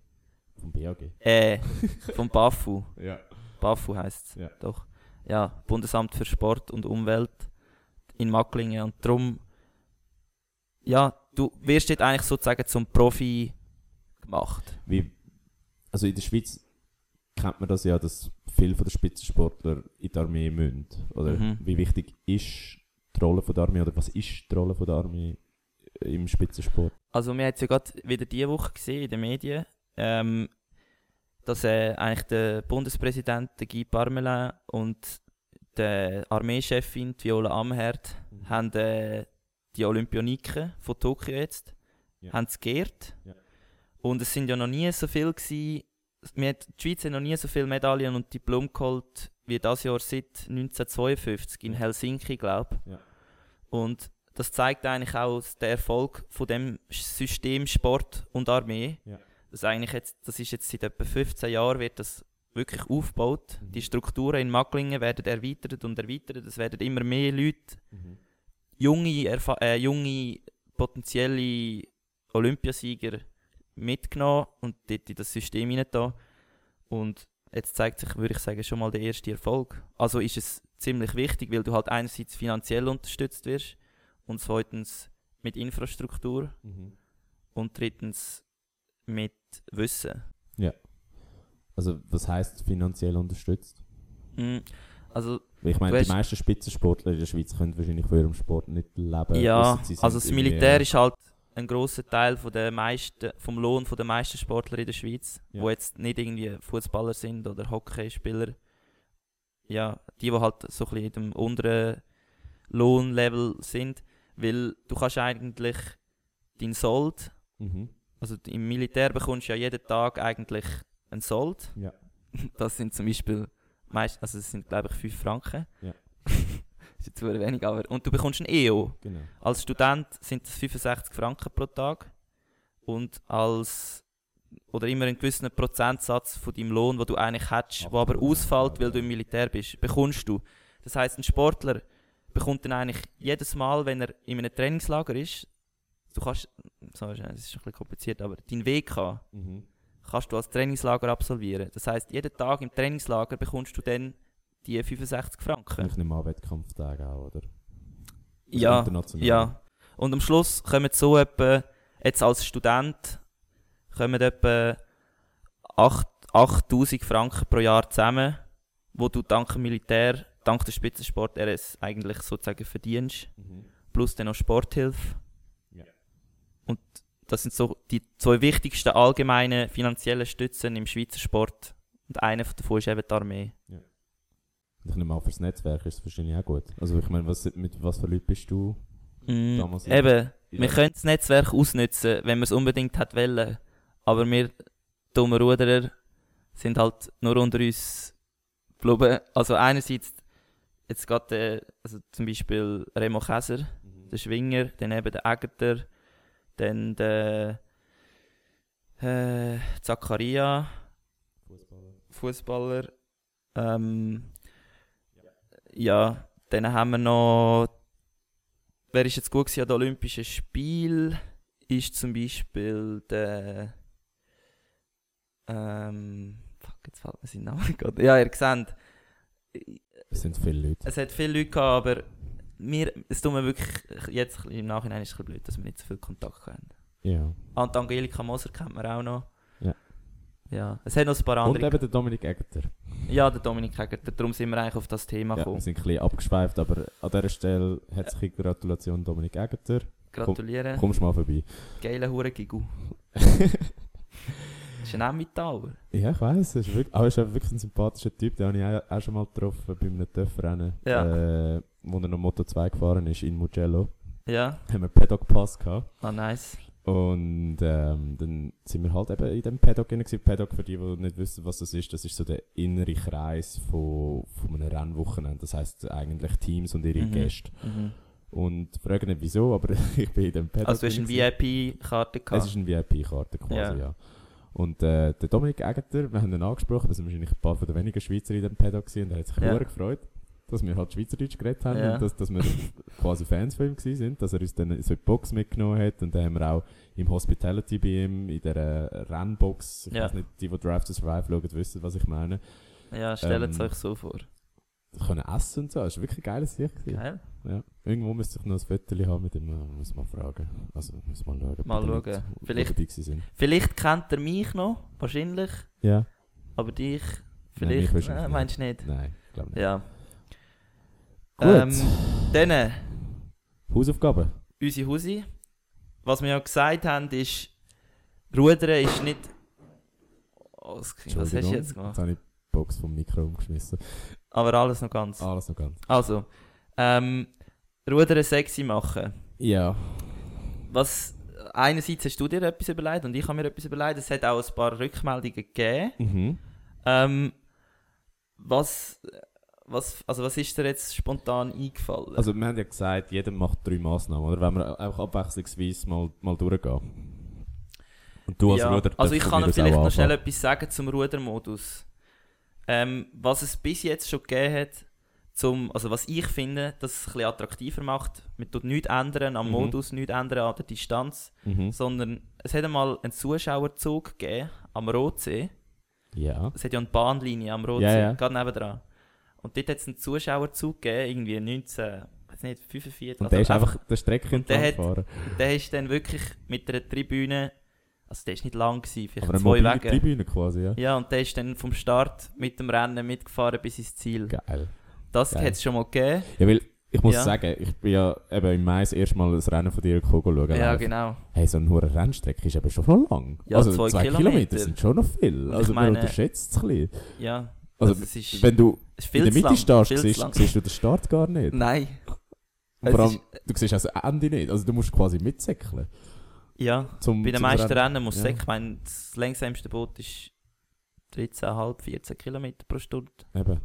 Vom BAG.
äh, vom BAFU.
Ja.
BAFU heisst es.
Ja.
Doch. Ja, Bundesamt für Sport und Umwelt in Macklingen. Und darum, ja, du wirst dort eigentlich sozusagen zum Profi gemacht.
Wie, also in der Schweiz kennt man das ja, dass viele von den Spitzensportler in die Armee müssen. Oder
Mhm.
wie wichtig ist die Rolle von der Armee oder was ist die Rolle von der Armee im Spitzensport?
Also wir haben es ja gerade wieder diese Woche gesehen in den Medien, ähm, dass äh, eigentlich der Bundespräsident der Guy Parmelin und der Armeechefin die Viola Amherd haben äh, die Olympioniken von Tokio jetzt
Ja.
haben es geehrt.
Ja.
Und es sind ja noch nie so viele gewesen, wir hat, die Schweiz hat noch nie so viele Medaillen und Diplome geholt wie das Jahr seit 1952 in Helsinki, glaube ich.
Ja.
Und das zeigt eigentlich auch den Erfolg von dem System Sport und Armee.
Ja.
Das, eigentlich jetzt, das ist jetzt seit etwa 15 Jahren wird das wirklich aufgebaut.
Mhm.
Die Strukturen in Macklingen werden erweitert und erweitert. Es werden immer mehr Leute junge, Erfa äh, junge potenzielle Olympiasieger mitgenommen und dort in das System hinein. Und jetzt zeigt sich, würde ich sagen, schon mal der erste Erfolg. Also ist es ziemlich wichtig, weil du halt einerseits finanziell unterstützt wirst und zweitens mit Infrastruktur und drittens mit Wissen.
Also was heißt finanziell unterstützt?
Mm, Also
Weil ich
Du
meine,
hast-
die meisten Spitzensportler in der Schweiz können wahrscheinlich von ihrem Sport nicht leben.
Ja,
Äh, ausser sie sind
also das
irgendwie-
Militär ist halt ein großer Teil von der meisten, vom Lohn von der meisten Sportler in der Schweiz,
Ja.
wo jetzt nicht irgendwie Fußballer sind oder Hockeyspieler. Ja, die, die halt so ein bisschen in dem unteren Lohnlevel sind, weil du kannst eigentlich deinen Sold,
Mhm.
also im Militär bekommst du ja jeden Tag eigentlich einen Sold.
Ja.
Das sind zum Beispiel meist, also das sind glaube ich 5 Franken.
Ja.
ist jetzt sehr wenig, aber und du bekommst E ein EO.
Genau.
Als Student sind das 65 Franken pro Tag und als oder immer einen gewissen Prozentsatz von deinem Lohn, den du eigentlich hättest, der aber ausfällt, weil du im Militär bist, bekommst du. Das heißt, ein Sportler bekommt dann eigentlich jedes Mal, wenn er in einem Trainingslager ist, du kannst, sorry, es ist ein bisschen kompliziert, aber dein WK
Mhm.
kannst du als Trainingslager absolvieren. Das heißt, jeden Tag im Trainingslager bekommst du dann die 65 Franken.
Ich nehme an, Wettkampftage auch, oder? Also
Ja.
international.
Ja. Und am Schluss kommen so etwa, jetzt als Student, kommen etwa acht- 8000 Franken pro Jahr zusammen, wo du dank dem Militär, dank der Spitzensport RS eigentlich sozusagen verdienst.
Mhm.
Plus dann noch Sporthilfe.
Ja.
Und das sind so die zwei wichtigsten allgemeinen finanziellen Stützen im Schweizer Sport. Und einer davon ist eben die Armee.
Ich nehme an, fürs Netzwerk ist es wahrscheinlich auch gut. Also ich meine, was, mit was für Leuten bist du?
Mm,
Damals-
eben,
Ja.
wir können das Netzwerk ausnutzen, wenn wir es unbedingt hätten wollen. Aber wir dummen Ruderer sind halt nur unter uns geblieben. Also einerseits, jetzt geht der, also zum Beispiel Remo Käser, der Schwinger, dann eben der Egerter, dann der äh, Zakaria,
Fußballer.
Fußballer. Ähm, ja, dann haben wir noch. Wer ist jetzt gut gewesen an den Olympischen Spielen? Ist zum Beispiel der. Ähm, fuck, jetzt fällt mir sein Name gerade. Ja, ihr seht,
Es sind viele Leute.
es hat viele Leute gehabt, aber mir, es tut mir wirklich. Jetzt ein bisschen- im Nachhinein ist es ein bisschen blöd, dass wir nicht so viel Kontakt haben.
Ja.
Ah, Und Angelika Moser kennt man auch noch.
Ja.
Ja, es hat noch ein paar
Und
andere.
eben der Dominik Egger.
Ja, der Dominik Hegerter. Darum sind wir eigentlich auf das Thema
Ja, wir
gekommen.
sind ein bisschen abgeschweift, aber an dieser Stelle herzliche Gratulation Dominik Egger.
Gratuliere.
Kommst mal vorbei.
Geile Hurengigu. Ist ja auch mit da, aber.
Ja, ich weiss, er ist, wirklich, aber er ist auch wirklich ein sympathischer Typ. Den habe ich auch, auch schon mal getroffen bei einem TÜV-Rennen, äh, wo er noch Moto 2 gefahren ist in Mugello.
Ja.
Haben wir einen Paddock-Pass gehabt.
Ah, nice.
Und ähm, dann sind wir halt eben in dem Paddock drin. gewesen. Paddock, für die, die nicht wissen, was das ist, das ist so der innere Kreis von, von einem Rennwochenende. Das heißt eigentlich Teams und ihre
Mhm.
Gäste.
Mhm.
Und frage nicht wieso, aber ich bin in dem Paddock.
Also du hast
drin
eine
gewesen.
VIP-Karte
Es
gehabt.
ist eine VIP-Karte quasi,
Ja.
ja. Und äh, der Dominik Egger, wir haben ihn angesprochen, das sind wahrscheinlich ein paar von den wenigen Schweizer in dem Paddock gewesen, und er hat sich
Ja.
sehr gefreut, dass wir halt Schweizerdeutsch geredet haben
Ja.
und dass, dass wir quasi Fans von ihm gewesen sind, dass er uns dann so in die Box mitgenommen hat und dann haben wir auch im Hospitality bei ihm, in der äh, Rennbox, ich
Ja.
weiß nicht, die, die Drive to Survive schauen, wissen, was ich meine,
Ja, stellt es
ähm,
euch so vor.
können essen und so, das war wirklich ein geiles Sicht. gewesen.
Geil.
Ja. Irgendwo müsste ich noch ein Foto haben mit ihm, äh, muss mal fragen, also muss mal schauen. ob
Mal
die
schauen.
Leute, die
Vielleicht-
dabei gewesen sind.
Vielleicht kennt er mich noch, wahrscheinlich.
Ja.
Aber dich
mich
vielleicht
wahrscheinlich
äh,
nicht.
meinst du nicht.
Nein, ich glaube nicht.
Ja.
Gut.
dann äh,
Hausaufgaben.
unsere Husi. Was wir ja gesagt haben, ist, Rudern ist nicht. Oh, das klingt, was hast du
Entschuldigung.
jetzt
Jetzt
gemacht?
habe ich die Box vom Mikro umgeschmissen.
Aber alles noch ganz.
Alles noch ganz.
Also, ähm, Rudern sexy machen.
Ja.
Was, einerseits hast du dir etwas überlegt und ich habe mir etwas überlegt. Es hat auch ein paar Rückmeldungen gegeben.
Mhm.
Ähm, was, was, also was ist dir jetzt spontan eingefallen?
Also wir haben ja gesagt, jeder macht drei Massnahmen, oder? Wenn wir einfach abwechslungsweise mal, mal durchgehen. Und du als
Ja,
Ruder
also
darfst
ich
von
kann
mir
dir
aus
vielleicht
auch
noch schnell
anfangen.
etwas sagen zum Rudermodus. Ähm, was es bis jetzt schon gegeben hat, zum, also was ich finde, dass es ein bisschen attraktiver macht. Man tut nichts ändern am
Mhm.
Modus, nichts ändern an der Distanz,
Mhm.
sondern es hat einmal einen Zuschauerzug gegeben am Rotsee.
Ja.
Es hat ja eine Bahnlinie am Rotsee,
Ja, ja.
gerade nebendran. Und dort hat es einen Zuschauerzug gegeben, irgendwie 19, weiß nicht, 45.
Und
also
der ist einfach der Strecke
Und der
entlang
hat-
gefahren.
Der ist dann wirklich mit einer Tribüne, also der ist nicht lang gewesen, vielleicht
Aber eine
zwei
mobile
Wege.
Tribüne quasi, ja.
Ja, und der ist dann vom Start mit dem Rennen mitgefahren bis ins Ziel.
Geil.
Das
Geil.
hat es schon mal gegeben.
Ja, weil ich muss
Ja.
sagen, ich bin ja eh, eben im Mai das erste Mal das Rennen von dir gekommen schauen.
Ja,
live.
genau.
Hey, so eine hohe Rennstrecke ist eben schon noch lang.
Ja,
also
zwei
zwei,
Kilometer.
Kilometer. sind schon noch viel.
Ich
Also man
meine-
unterschätzt es ein bisschen.
Ja.
Also,
das ist,
Wenn du
ist
in der
zu
Mitte
lang,
stehst,
viel zu
siehst,
lang.
siehst du den Start gar nicht.
Nein.
Und
Es
vor allem,
ist-
du siehst also das Ende nicht. Also du musst quasi mitsäckeln.
ja,
Zum,
bei den
zum
meisten
Rennen.
Rennen muss es
Ja.
sein. Ich meine, das langsamste Boot ist 13,5, 14 Kilometer pro Stunde.
Eben.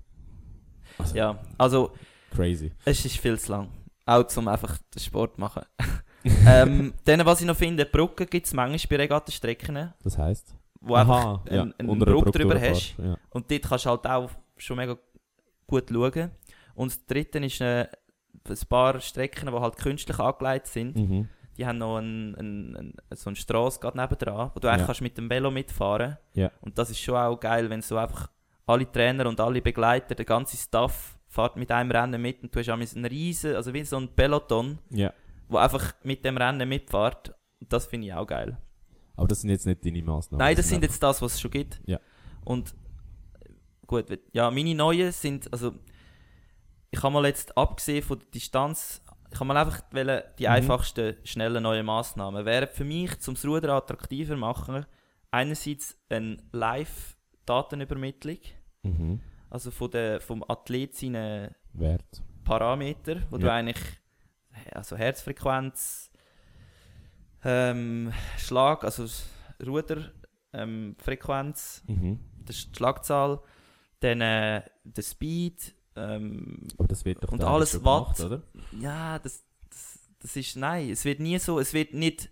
Also,
Ja, also
Crazy.
Es ist viel zu lang. Auch zum einfach den Sport machen. ähm, dann, was ich noch finde, Brücken gibt es manchmal bei Regattenstrecken,
Das heisst.
wo einfach
Aha,
einen, einen
unter einer
Brücke drüber hast.
durchfährst. Ja.
Und dort kannst du halt auch schon mega gut schauen. Und das dritte ist äh, ein paar Strecken, die halt künstlich angelegt sind.
Mhm.
Die haben noch einen, einen, einen, so eine Strasse gerade nebendran, wo du eigentlich
Ja.
kannst mit dem Velo mitfahren
Ja.
Und das ist schon auch geil, wenn so einfach alle Trainer und alle Begleiter, der ganze Staff fährt mit einem Rennen mit und du hast einmal so einen riesen, also wie so ein Peloton,
ja.
wo einfach mit dem Rennen mitfährt. Und das finde ich auch geil.
Aber das sind jetzt nicht deine Massnahmen.
Nein, das sind jetzt das, was es schon gibt.
Ja.
Und gut, wenn- ja, meine neuen sind, also ich habe mal jetzt abgesehen von der Distanz, ich habe mal einfach wollen, die
Mhm.
einfachsten, schnellen neuen Massnahmen. Wäre für mich, zum das Ruder attraktiver zu machen, einerseits eine Live-Datenübermittlung,
Mhm.
also von der, vom Athlet seinen
Wert.
Parameter, wo du
Ja.
eigentlich, also Herzfrequenz, ähm, Schlag, also S- Ruder, ähm, Frequenz,
Mhm.
das ist die Schlagzahl, dann äh, der Speed, ähm,
Aber das wird doch
Und
da
alles
schon gemacht,
Watt.
oder?
ja, das, das, das ist, nein, es wird nie so, es wird nicht,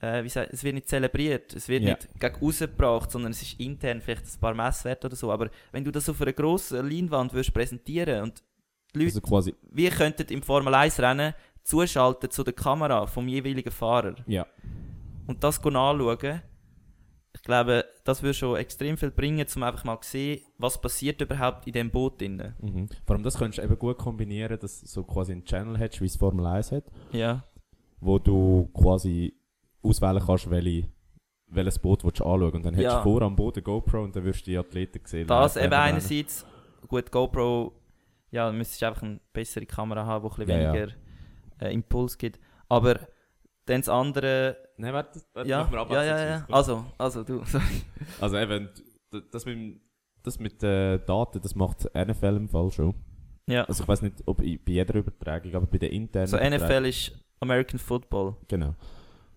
äh, wie sagt, es wird nicht zelebriert, es wird
Ja.
nicht gegen rausgebracht, sondern es ist intern vielleicht ein paar Messwerte oder so, aber wenn du das auf einer grossen Leinwand würdest präsentieren und die Leute
Also quasi,
wir könnten im Formel 1 Rennen zuschalten zu der Kamera vom jeweiligen Fahrer
ja.
und das go anschauen. Ich glaube, das würde schon extrem viel bringen, um einfach mal zu sehen, was passiert überhaupt in dem Boot drin.
Mhm. Vor allem das könntest du eben gut kombinieren, dass du so quasi einen Channel hättest, wie es Formel 1 hat,
Ja.
wo du quasi auswählen kannst, welche, welches Boot willst du anschauen Und dann hättest
Ja.
du vor am Boden GoPro und dann wirst du die Athleten sehen.
Das
live
eben
rennen.
einerseits, gut, GoPro, ja, du müsstest einfach eine bessere Kamera haben, die ein bisschen
Ja, ja.
weniger Äh, Impuls gibt. Aber dann das andere,
Nein, warte, warte
ja,
machen wir
ja, ja, ja.
abwechslungsweise.
Also, also du, sorry.
Also eben, d- das mit, dem- das mit äh, Daten, das macht NFL im Fall schon.
Ja.
Also ich weiß nicht, ob i- bei jeder Übertragung, aber bei der internen
So
Übertragung-
NFL ist American Football.
Genau.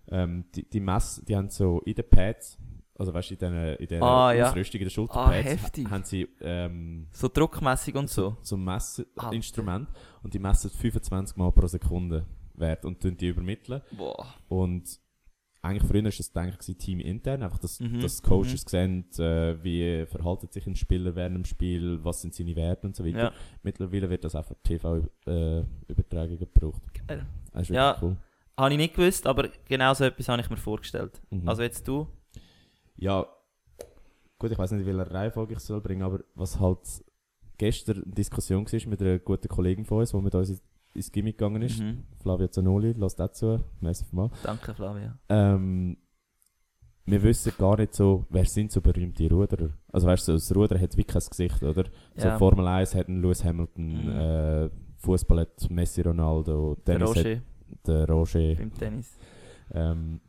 Ähm, die, die Mess, die haben so in den Pads, also weißt du, in den in den
Ah, ja.
Ausrüstung, in
Ah,
den Schulterpads,
heftig.
haben sie ähm,
So druckmäßig und so.
so ein
Alter.
Messinstrument und die messen 25 Mal pro Sekunde Wert und tun die übermitteln.
Boah. Und
Eigentlich früher war das denke ich, Team intern, einfach dass,
Mhm,
dass die Coaches sehen, äh, wie verhalten sich ein Spieler während dem Spiel, was sind seine Werte und so weiter.
ja,
Mittlerweile wird das auch für TV-Übertragungen gebraucht.
geil.
Das ist wirklich
Äh, Ja.
cool.
Habe ich nicht gewusst, aber genau so etwas habe ich mir vorgestellt.
Mhm.
Also jetzt du.
Ja, gut, ich weiß nicht, in welcher Reihenfolge ich es soll bringen, aber was halt gestern eine Diskussion war mit einer guten Kollegin von uns, die mit uns in- ins Gimmick gegangen ist,
Mhm.
Flavia Zanoli, lasst dazu, merci mal.
Danke, Flavia.
Ähm, wir wissen gar nicht so, wer sind so berühmte Ruderer. Also weißt du, das Ruder hat wie kein Gesicht, oder? So
Ja,
Formel 1 hat einen Lewis Hamilton,
Mhm.
äh, Fußball hat Messi Ronaldo,
der
Tennis hat
Roger Mhm.
der Roger.
beim Tennis.
Ähm,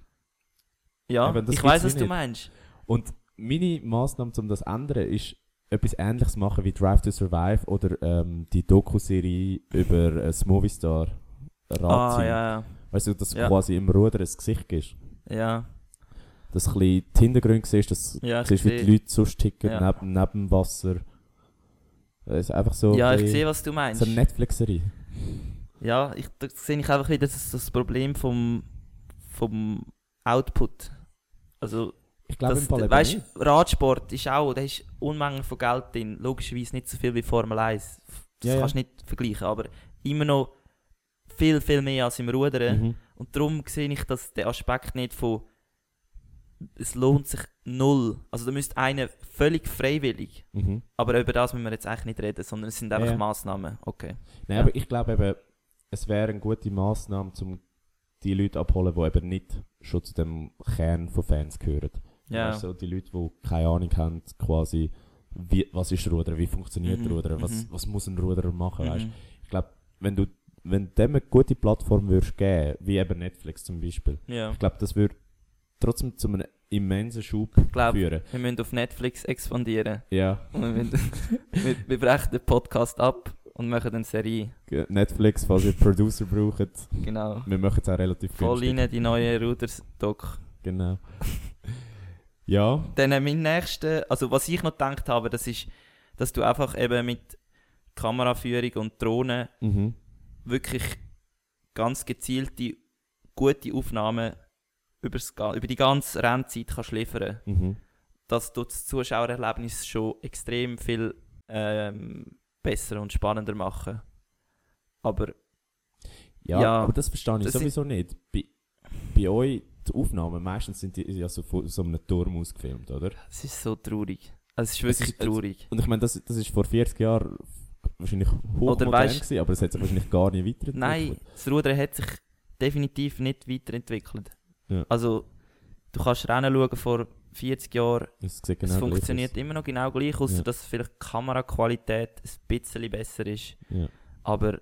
Ja,
Eben, das
ich weiß,
gibt's
was
wie
du
nicht.
meinst.
Und meine Massnahme, um das zu ändern, ist, etwas Ähnliches machen wie Drive to Survive oder ähm, die Doku-Serie über äh, das Movistar
Ah,
Radteam.
ja,
Weißt du, dass du
Ja.
quasi im Ruder ein Gesicht gibst.
ja. Ja,
Dass du ein bisschen die Hintergründe siehst, dass
ja ich
siehst, wie die
sehe.
Leute Also sonst ticken,
Ja.
neben, neben dem Wasser. Das ist einfach so,
Ja,
ein
ich
bisschen-
sehe, was du meinst.
so eine Netflix-Serie.
Ja, ich, da sehe ich einfach wieder das, das Problem vom, vom Output. Also,
Ich glaube, im
das,
Fall eben
weißt,
nicht.
Radsport ist auch, da ist Unmengen von Geld drin. Logischerweise nicht so viel wie Formel 1. Das
Ja, ja.
kannst du nicht vergleichen, aber immer noch viel, viel mehr als im Rudern.
Mhm.
Und darum sehe ich dass den Aspekt nicht von es lohnt sich null. Also da müsste einer völlig freiwillig.
Mhm.
Aber über das müssen wir jetzt eigentlich nicht reden, sondern es sind einfach
Ja.
Massnahmen. Okay.
Nein,
Ja.
aber ich glaube eben, es wäre eine gute Massnahme, um die Leute abholen, die eben nicht schon zu dem Kern von Fans gehören.
Ja.
Also die Leute, die keine Ahnung haben, quasi, wie, was ist Rudern, wie funktioniert
Mhm,
Rudern, was,
mhm.
was muss ein Ruderer machen, weißt
Mhm.
Ich glaube, wenn du wenn dem eine gute Plattform würdest geben, wie eben Netflix zum Beispiel,
Ja.
ich glaube, das würde trotzdem zu einem immensen Schub
Ich glaube,
führen.
wir müssen auf Netflix expandieren.
Ja,
Und wir, müssen, wir, wir brechen den Podcast ab und machen eine Serie.
Ge- Netflix, falls ihr Producer braucht,
Genau.
wir machen es auch relativ
Voll
günstig.
rein die neue Ruders-Doc.
Genau. ja,
Dann äh, mein nächster, also was ich noch gedacht habe, das ist, dass du einfach eben mit Kameraführung und Drohnen
mhm.
wirklich ganz gezielte, gute Aufnahmen übers, ga- über die ganze Rennzeit kannst liefern.
Mhm.
Das tut das Zuschauererlebnis schon extrem viel ähm, besser und spannender machen. Aber
Ja,
Ja.
aber das verstehe ich
Das
sowieso nicht. Bei, bei euch die Aufnahmen, meistens sind die ja so von so einem Turm ausgefilmt, oder?
es ist so traurig. Also, es ist
Es
wirklich
ist- es-
traurig.
Und ich meine, das, das ist vor 40 Jahren wahrscheinlich hochmodern
weißt-
gewesen, aber es hat sich wahrscheinlich gar nicht weiterentwickelt.
Nein, das Rudern hat sich definitiv nicht weiterentwickelt.
Ja.
Also, du kannst Rennen schauen vor 40 Jahren.
Es, sieht genau
es
gleich
funktioniert immer noch genau gleich, außer
Ja.
dass vielleicht die Kameraqualität ein bisschen besser ist.
aus. Ja.
Aber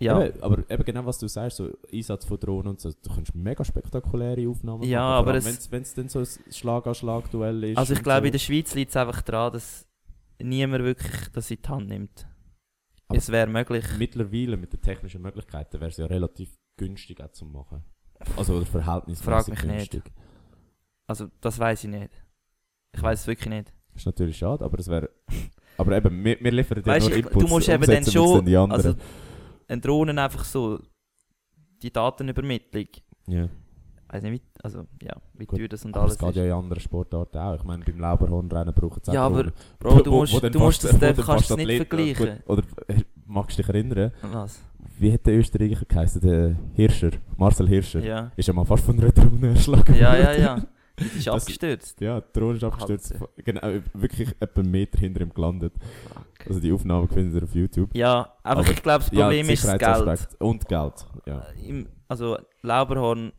ja,
Eben, aber eben genau, was du sagst, so Einsatz von Drohnen und so, du kannst mega spektakuläre Aufnahmen
Ja,
machen.
aber
vor allem,
es-
wenn's- Wenn es dann so ein Schlag-an-Schlag-Duell ist.
also ich
und
glaube,
so.
in der Schweiz liegt es einfach daran, dass niemand wirklich das in die Hand nimmt.
Aber-
es wäre möglich.
mittlerweile mit den technischen Möglichkeiten wäre es ja relativ günstig auch zu machen. Also oder
Frag
verhältnismäßig
mich nicht.
günstig.
Also, das weiß ich nicht. Ich weiß es wirklich nicht.
Ist natürlich schade, aber es wäre. Aber eben, wir, wir liefern dir
Weißt,
nur
ich- du
Inputs.
musst eben
umsetzen
dann schon-
müssen Die anderen.
Also, ein Drohnen einfach so, die Datenübermittlung.
ja.
weiß nicht, wie, also, ja, wie
Gut,
teuer das und
Aber
alles
es geht
ist.
ja in anderen Sportarten auch. Ich meine, beim Lauberhornrennen braucht es auch
Ja, aber
Drohnen.
Bro, du
Wo- wo
musst,
dann
du musst
fast-
das,
wo
dann
dann
kannst du
fast
es nicht
Athleten-
vergleichen.
Gut, oder äh, magst du dich erinnern,
Was?
wie hat der Österreicher geheißen? Der Hirscher, Marcel Hirscher.
Ja.
Ist ja mal fast von einer Drohne erschlagen
Ja, ja,
worden.
ja. Die ist abgestürzt.
Ja, die Drohne ist abgestürzt. Genau, wirklich etwa einen Meter hinter ihm gelandet.
Fuck.
Also die Aufnahme findet ihr auf YouTube.
Ja, einfach
Aber-
ich glaube, das Problem ist das Geld.
Sicherheitsaspekt Und Geld. Ja,
Im, also Lauberhorn,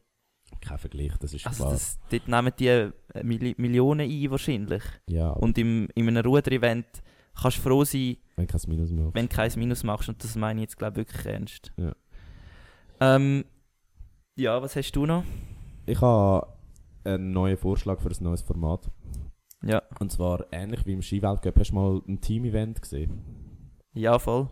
kein Vergleich, das ist
also
klar.
das, dort nehmen die äh, Milli- Millionen ein wahrscheinlich.
ja, aber
Und im, in einem Ruder-Event kannst du froh sein,
wenn kein Minus mehr
wenn du kein Minus machst. Und das meine ich jetzt, glaube ich, wirklich ernst.
Ja.
Ähm, ja, was hast du noch?
Ich habe einen neuen Vorschlag für ein neues Format.
Ja.
Und zwar ähnlich wie im Skiweltcup. Hast du mal ein Team-Event gesehen?
Ja, voll.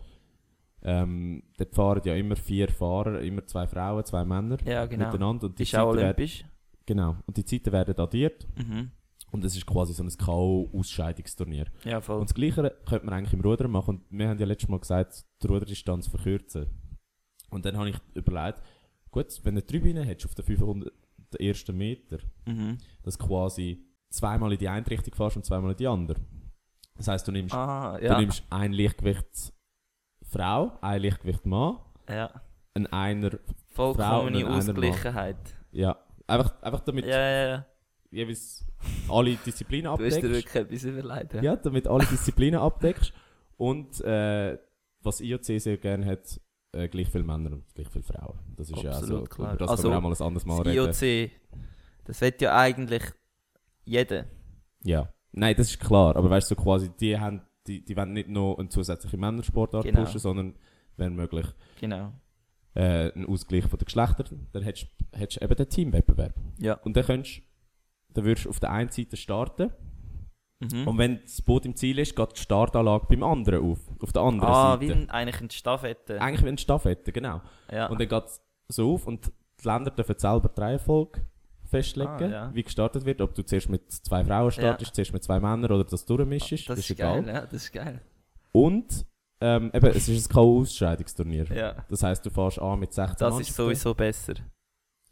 Ähm, dort fahren ja immer vier Fahrer, immer zwei Frauen, zwei Männer
Ja, genau.
miteinander. Und die
Ist auch
Zeiten werden,
olympisch.
genau. Und die Zeiten werden addiert
Mhm.
und es ist quasi so ein K.O.-Ausscheidungsturnier.
Ja, voll.
Und das Gleiche könnte man eigentlich im Rudern machen. Und wir haben ja letztes Mal gesagt, die Ruderdistanz verkürzen. Und dann habe ich überlegt, gut, wenn du drei Bienen hättest auf den 500 ersten Meter,
Mhm.
dass du quasi zweimal in die eine Richtung fährst und zweimal in die andere. Das heisst, du nimmst,
Ah, ja.
du nimmst ein Lichtgewicht Frau, ein Lichtgewicht Mann,
ja.
ein einer, Frauen
Vollkommene
in einer
Ausgleichheit.
ja. Einfach, einfach damit
Ja, ja, ja.
jeweils alle Disziplinen
Du hast dir
abdeckst.
wirklich etwas überlegt.
Ja, damit alle Disziplinen abdeckst. Und äh, was IOC sehr gerne hat, äh, gleich viele Männer und gleich viele Frauen. Das ist ja
Absolut
also,
klar.
über das
Also,
können wir auch mal ein anderes Mal
Das
reden.
IOC, das wird ja eigentlich jeder.
Ja. Nein, das ist klar. Aber weißt du, so quasi, die, haben, die, die wollen nicht nur eine zusätzliche Männersportart
Genau.
pushen, sondern wenn möglich
Genau.
äh, einen Ausgleich von den Geschlechtern. Dann hättest hättest du eben den Teamwettbewerb.
Ja.
Und dann könntest dann würdest du auf der einen Seite starten
Mhm.
und wenn das Boot im Ziel ist, geht die Startanlage beim anderen auf. Auf der anderen
ah, wie
Seite.
ein, eigentlich eine Staffette.
Eigentlich wie eine Staffette, genau.
ja.
Und dann geht es so auf und die Länder dürfen selber die Reihenfolge festlegen,
Ah, ja.
wie gestartet wird. Ob du zuerst mit zwei Frauen startest, zuerst mit zwei Männern oder das durchmischst,
das
ist
ist
egal.
geil, ja, das ist geil.
Und ähm, eben, es ist ein K.O.-Ausscheidungsturnier.
Ja.
Das heisst, du fährst an mit 16
Das ist
Mannschaften.
sowieso besser.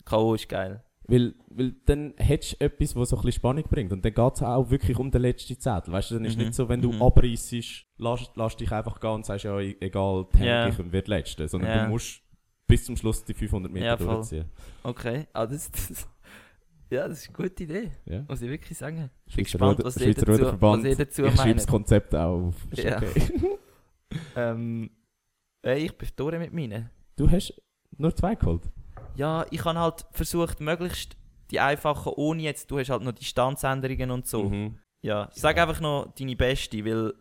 K.O. ist geil.
Weil, weil dann hättest du etwas, was so ein bisschen Spannung bringt. Und dann geht es auch wirklich um den letzten Zettel. Weißt du, dann ist
Mhm.
nicht so, wenn du
Mhm.
abreissest, lass, lass dich einfach gehen und sagst, ja, egal, die
Ja.
Henke kommt, wird letzte. Sondern
Ja.
du musst bis zum Schluss die 500 Meter
Ja, voll.
durchziehen.
Okay, ah, das, das, ja, das ist eine gute Idee,
Ja.
muss ich wirklich sagen. Ich bin
Schweizer
gespannt,
Ruder-
was ihr
Schweizer
dazu-
Ruderverband.
was ihr dazu
ich schreibe
meint.
das Konzept auch auf. Ist
Ja.
okay.
Ähm, ey, ich bin durch mit meinen.
Du hast nur zwei geholt.
Ja, ich habe halt versucht, möglichst die einfachen, ohne jetzt, du hast halt noch die Standsänderungen und so.
Mhm.
Ja, sag einfach noch deine beste, weil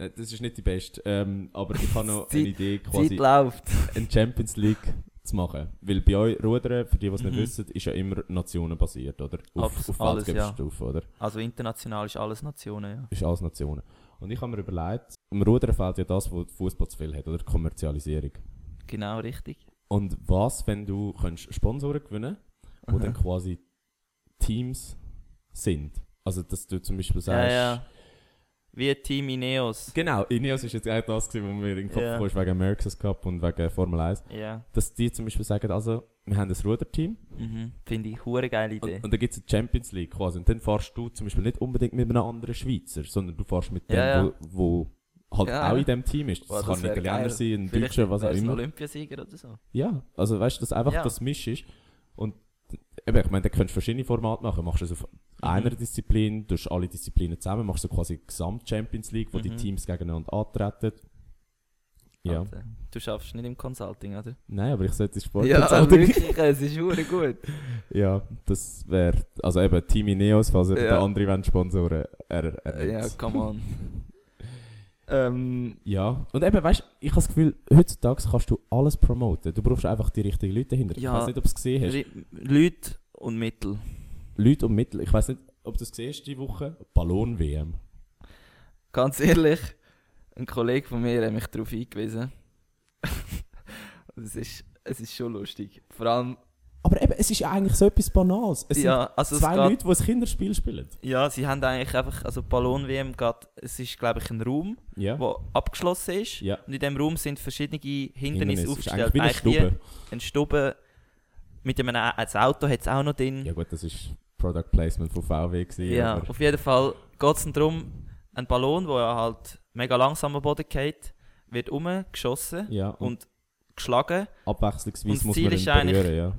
Äh, Das ist nicht die beste, ähm, aber ich habe noch
Die-
eine Idee,
die Zeit
quasi
läuft.
eine Champions League zu machen. Weil bei euch Rudern, für die, die es nicht
Mhm.
wissen, ist ja immer nationenbasiert, oder?
Abs-
Auf, auf
alles,
Weltcup-Stufe, oder?
Also international ist alles Nationen, ja.
Ist alles Nationen. Und ich habe mir überlegt, im Rudern fehlt ja das, was Fußball zu viel hat, oder? Die Kommerzialisierung.
Genau, richtig.
Und was, wenn du könntest Sponsoren gewinnen wo
Aha.
dann quasi Teams sind. Also, dass du zum Beispiel
Ja,
sagst,
ja. Wie Team Ineos.
genau, Ineos ist jetzt eigentlich das, gewesen, wo mir in den Kopf
Ja.
yeah. wegen America's Cup und wegen Formel 1,
Ja,
dass die zum Beispiel sagen, also, wir haben ein Ruderteam
mhm. finde ich hure geile Idee.
und, und dann gibt es eine Champions League quasi. Und dann fährst du zum Beispiel nicht unbedingt mit einem anderen Schweizer, sondern du fährst mit dem,
Ja, ja.
Wo, wo halt
Ja.
auch in dem Team ist. Das
Boah, das
kann ein
wär
Italiener
geil.
sein, ein
Vielleicht
Deutscher, was auch
wär's ein
immer.
Olympiasieger oder so.
Ja, also weißt du, dass einfach
Ja.
das Misch ist. Und eben, ich meine, da könntest du verschiedene Formate machen. Machst du es auf
Mhm.
einer Disziplin, tust alle Disziplinen zusammen, machst du quasi Gesamt-Champions League, wo die
Mhm.
Teams gegeneinander antreten. Ja.
Alter, Du schaffst nicht im Consulting, oder?
Nein, aber ich sollte Sport
Ja,
erzählen.
wirklich, es ist hure gut.
ja, das wäre, also eben, Team Ineos, falls ihr
Ja.
den anderen wollt sponsoren, er, er
ja,
hat's.
come on. ähm,
Ja, und eben, weißt du, ich habe das Gefühl, heutzutage kannst du alles promoten. Du brauchst einfach die richtigen Leute dahinter.
Ja.
Ich weiß nicht, ob du es gesehen hast.
Re- Leute und Mittel.
Leute und Mittel, ich weiß nicht, ob du es gesehen hast, diese Woche, Ballon-WM.
Ganz ehrlich, ein Kollege von mir hat mich darauf hingewiesen. Und es, ist, es ist schon lustig. Vor allem,
Aber eben, es ist ja eigentlich so etwas Banales. Es
ja, also
sind
es
zwei
geht,
Leute, die ein Kinderspiel spielen.
Ja, sie haben eigentlich einfach, also die Ballon-WM geht, es ist glaube ich ein Raum,
Ja.
der abgeschlossen ist.
Ja.
Und in diesem Raum sind verschiedene Hindernisse
Hindernis. Ist
aufgestellt.
eigentlich wie eine
wie
Stube.
ein Stube mit einem ein Auto hat es auch noch drin.
Ja gut, das ist Product Placement von VW gewesen.
Ja,
aber-
auf jeden Fall geht es darum, ein Ballon, der ja halt mega langsam am Boden geht, wird umgeschossen
ja und,
und geschlagen, und das
abwechslungsweise muss
Ziel
man ihn
ist eigentlich-
berühren, ja.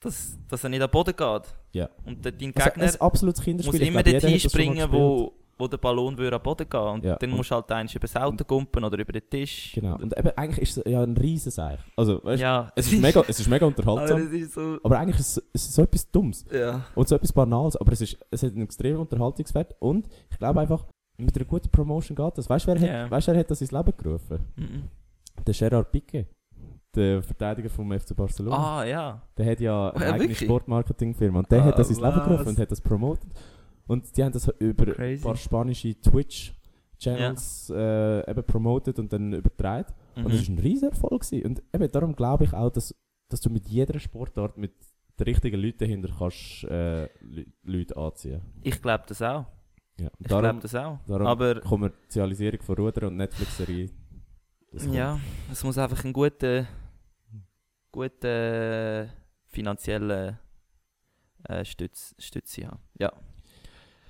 dass, dass er nicht am Boden geht.
Ja.
Und der, dein
Also,
Gegner
ein absolutes
muss
Kinderspiel. ich
immer
glaube,
dort
jeder hat das schon mal
hinspringen, wo, wo der Ballon würde am Boden gehen Und
Ja,
dann
und-
musst du halt eins über das Auto kumpen oder über den Tisch.
gespielt. Genau. Und eben, eigentlich ist es ja ein riesen Seich. Also, weißt du,
Ja,
es, ist mega, es ist mega
Aber
unterhaltsam.
es ist so.
Aber eigentlich ist es, es ist so etwas Dummes.
Ja.
Und so etwas Banales. Aber es, ist, es hat einen extremen Unterhaltungswert. Und ich glaube einfach, mit einer guten Promotion geht das. Weißt du, wer,
Ja.
hat- weißt du, wer hat das ins Leben gerufen?
Mhm.
Der Gerard Piqué, der Verteidiger vom FC Barcelona,
Ah, ja.
der hat ja eine
Ja,
eigene
wirklich?
Sportmarketingfirma und der hat das ins
Ah,
Leben gerufen
was?
und hat das promotet. Und die haben das über
Crazy.
ein paar spanische Twitch-Channels äh, eben promotet und dann übertragen.
Mhm.
Und das war ein riesen Erfolg. Gewesen. Und eben darum glaube ich auch, dass, dass du mit jeder Sportart mit den richtigen Leuten dahinter kannst äh, Le Leute anziehen.
Ich glaube das auch.
Ja. Und
Ich
Darum,
glaube das auch.
darum
Aber
Kommerzialisierung von Ruder und Netflix-Serie. das kommt.
ja, es muss einfach einen guten, guten finanziellen äh, Stütz, Stütze haben. Ja.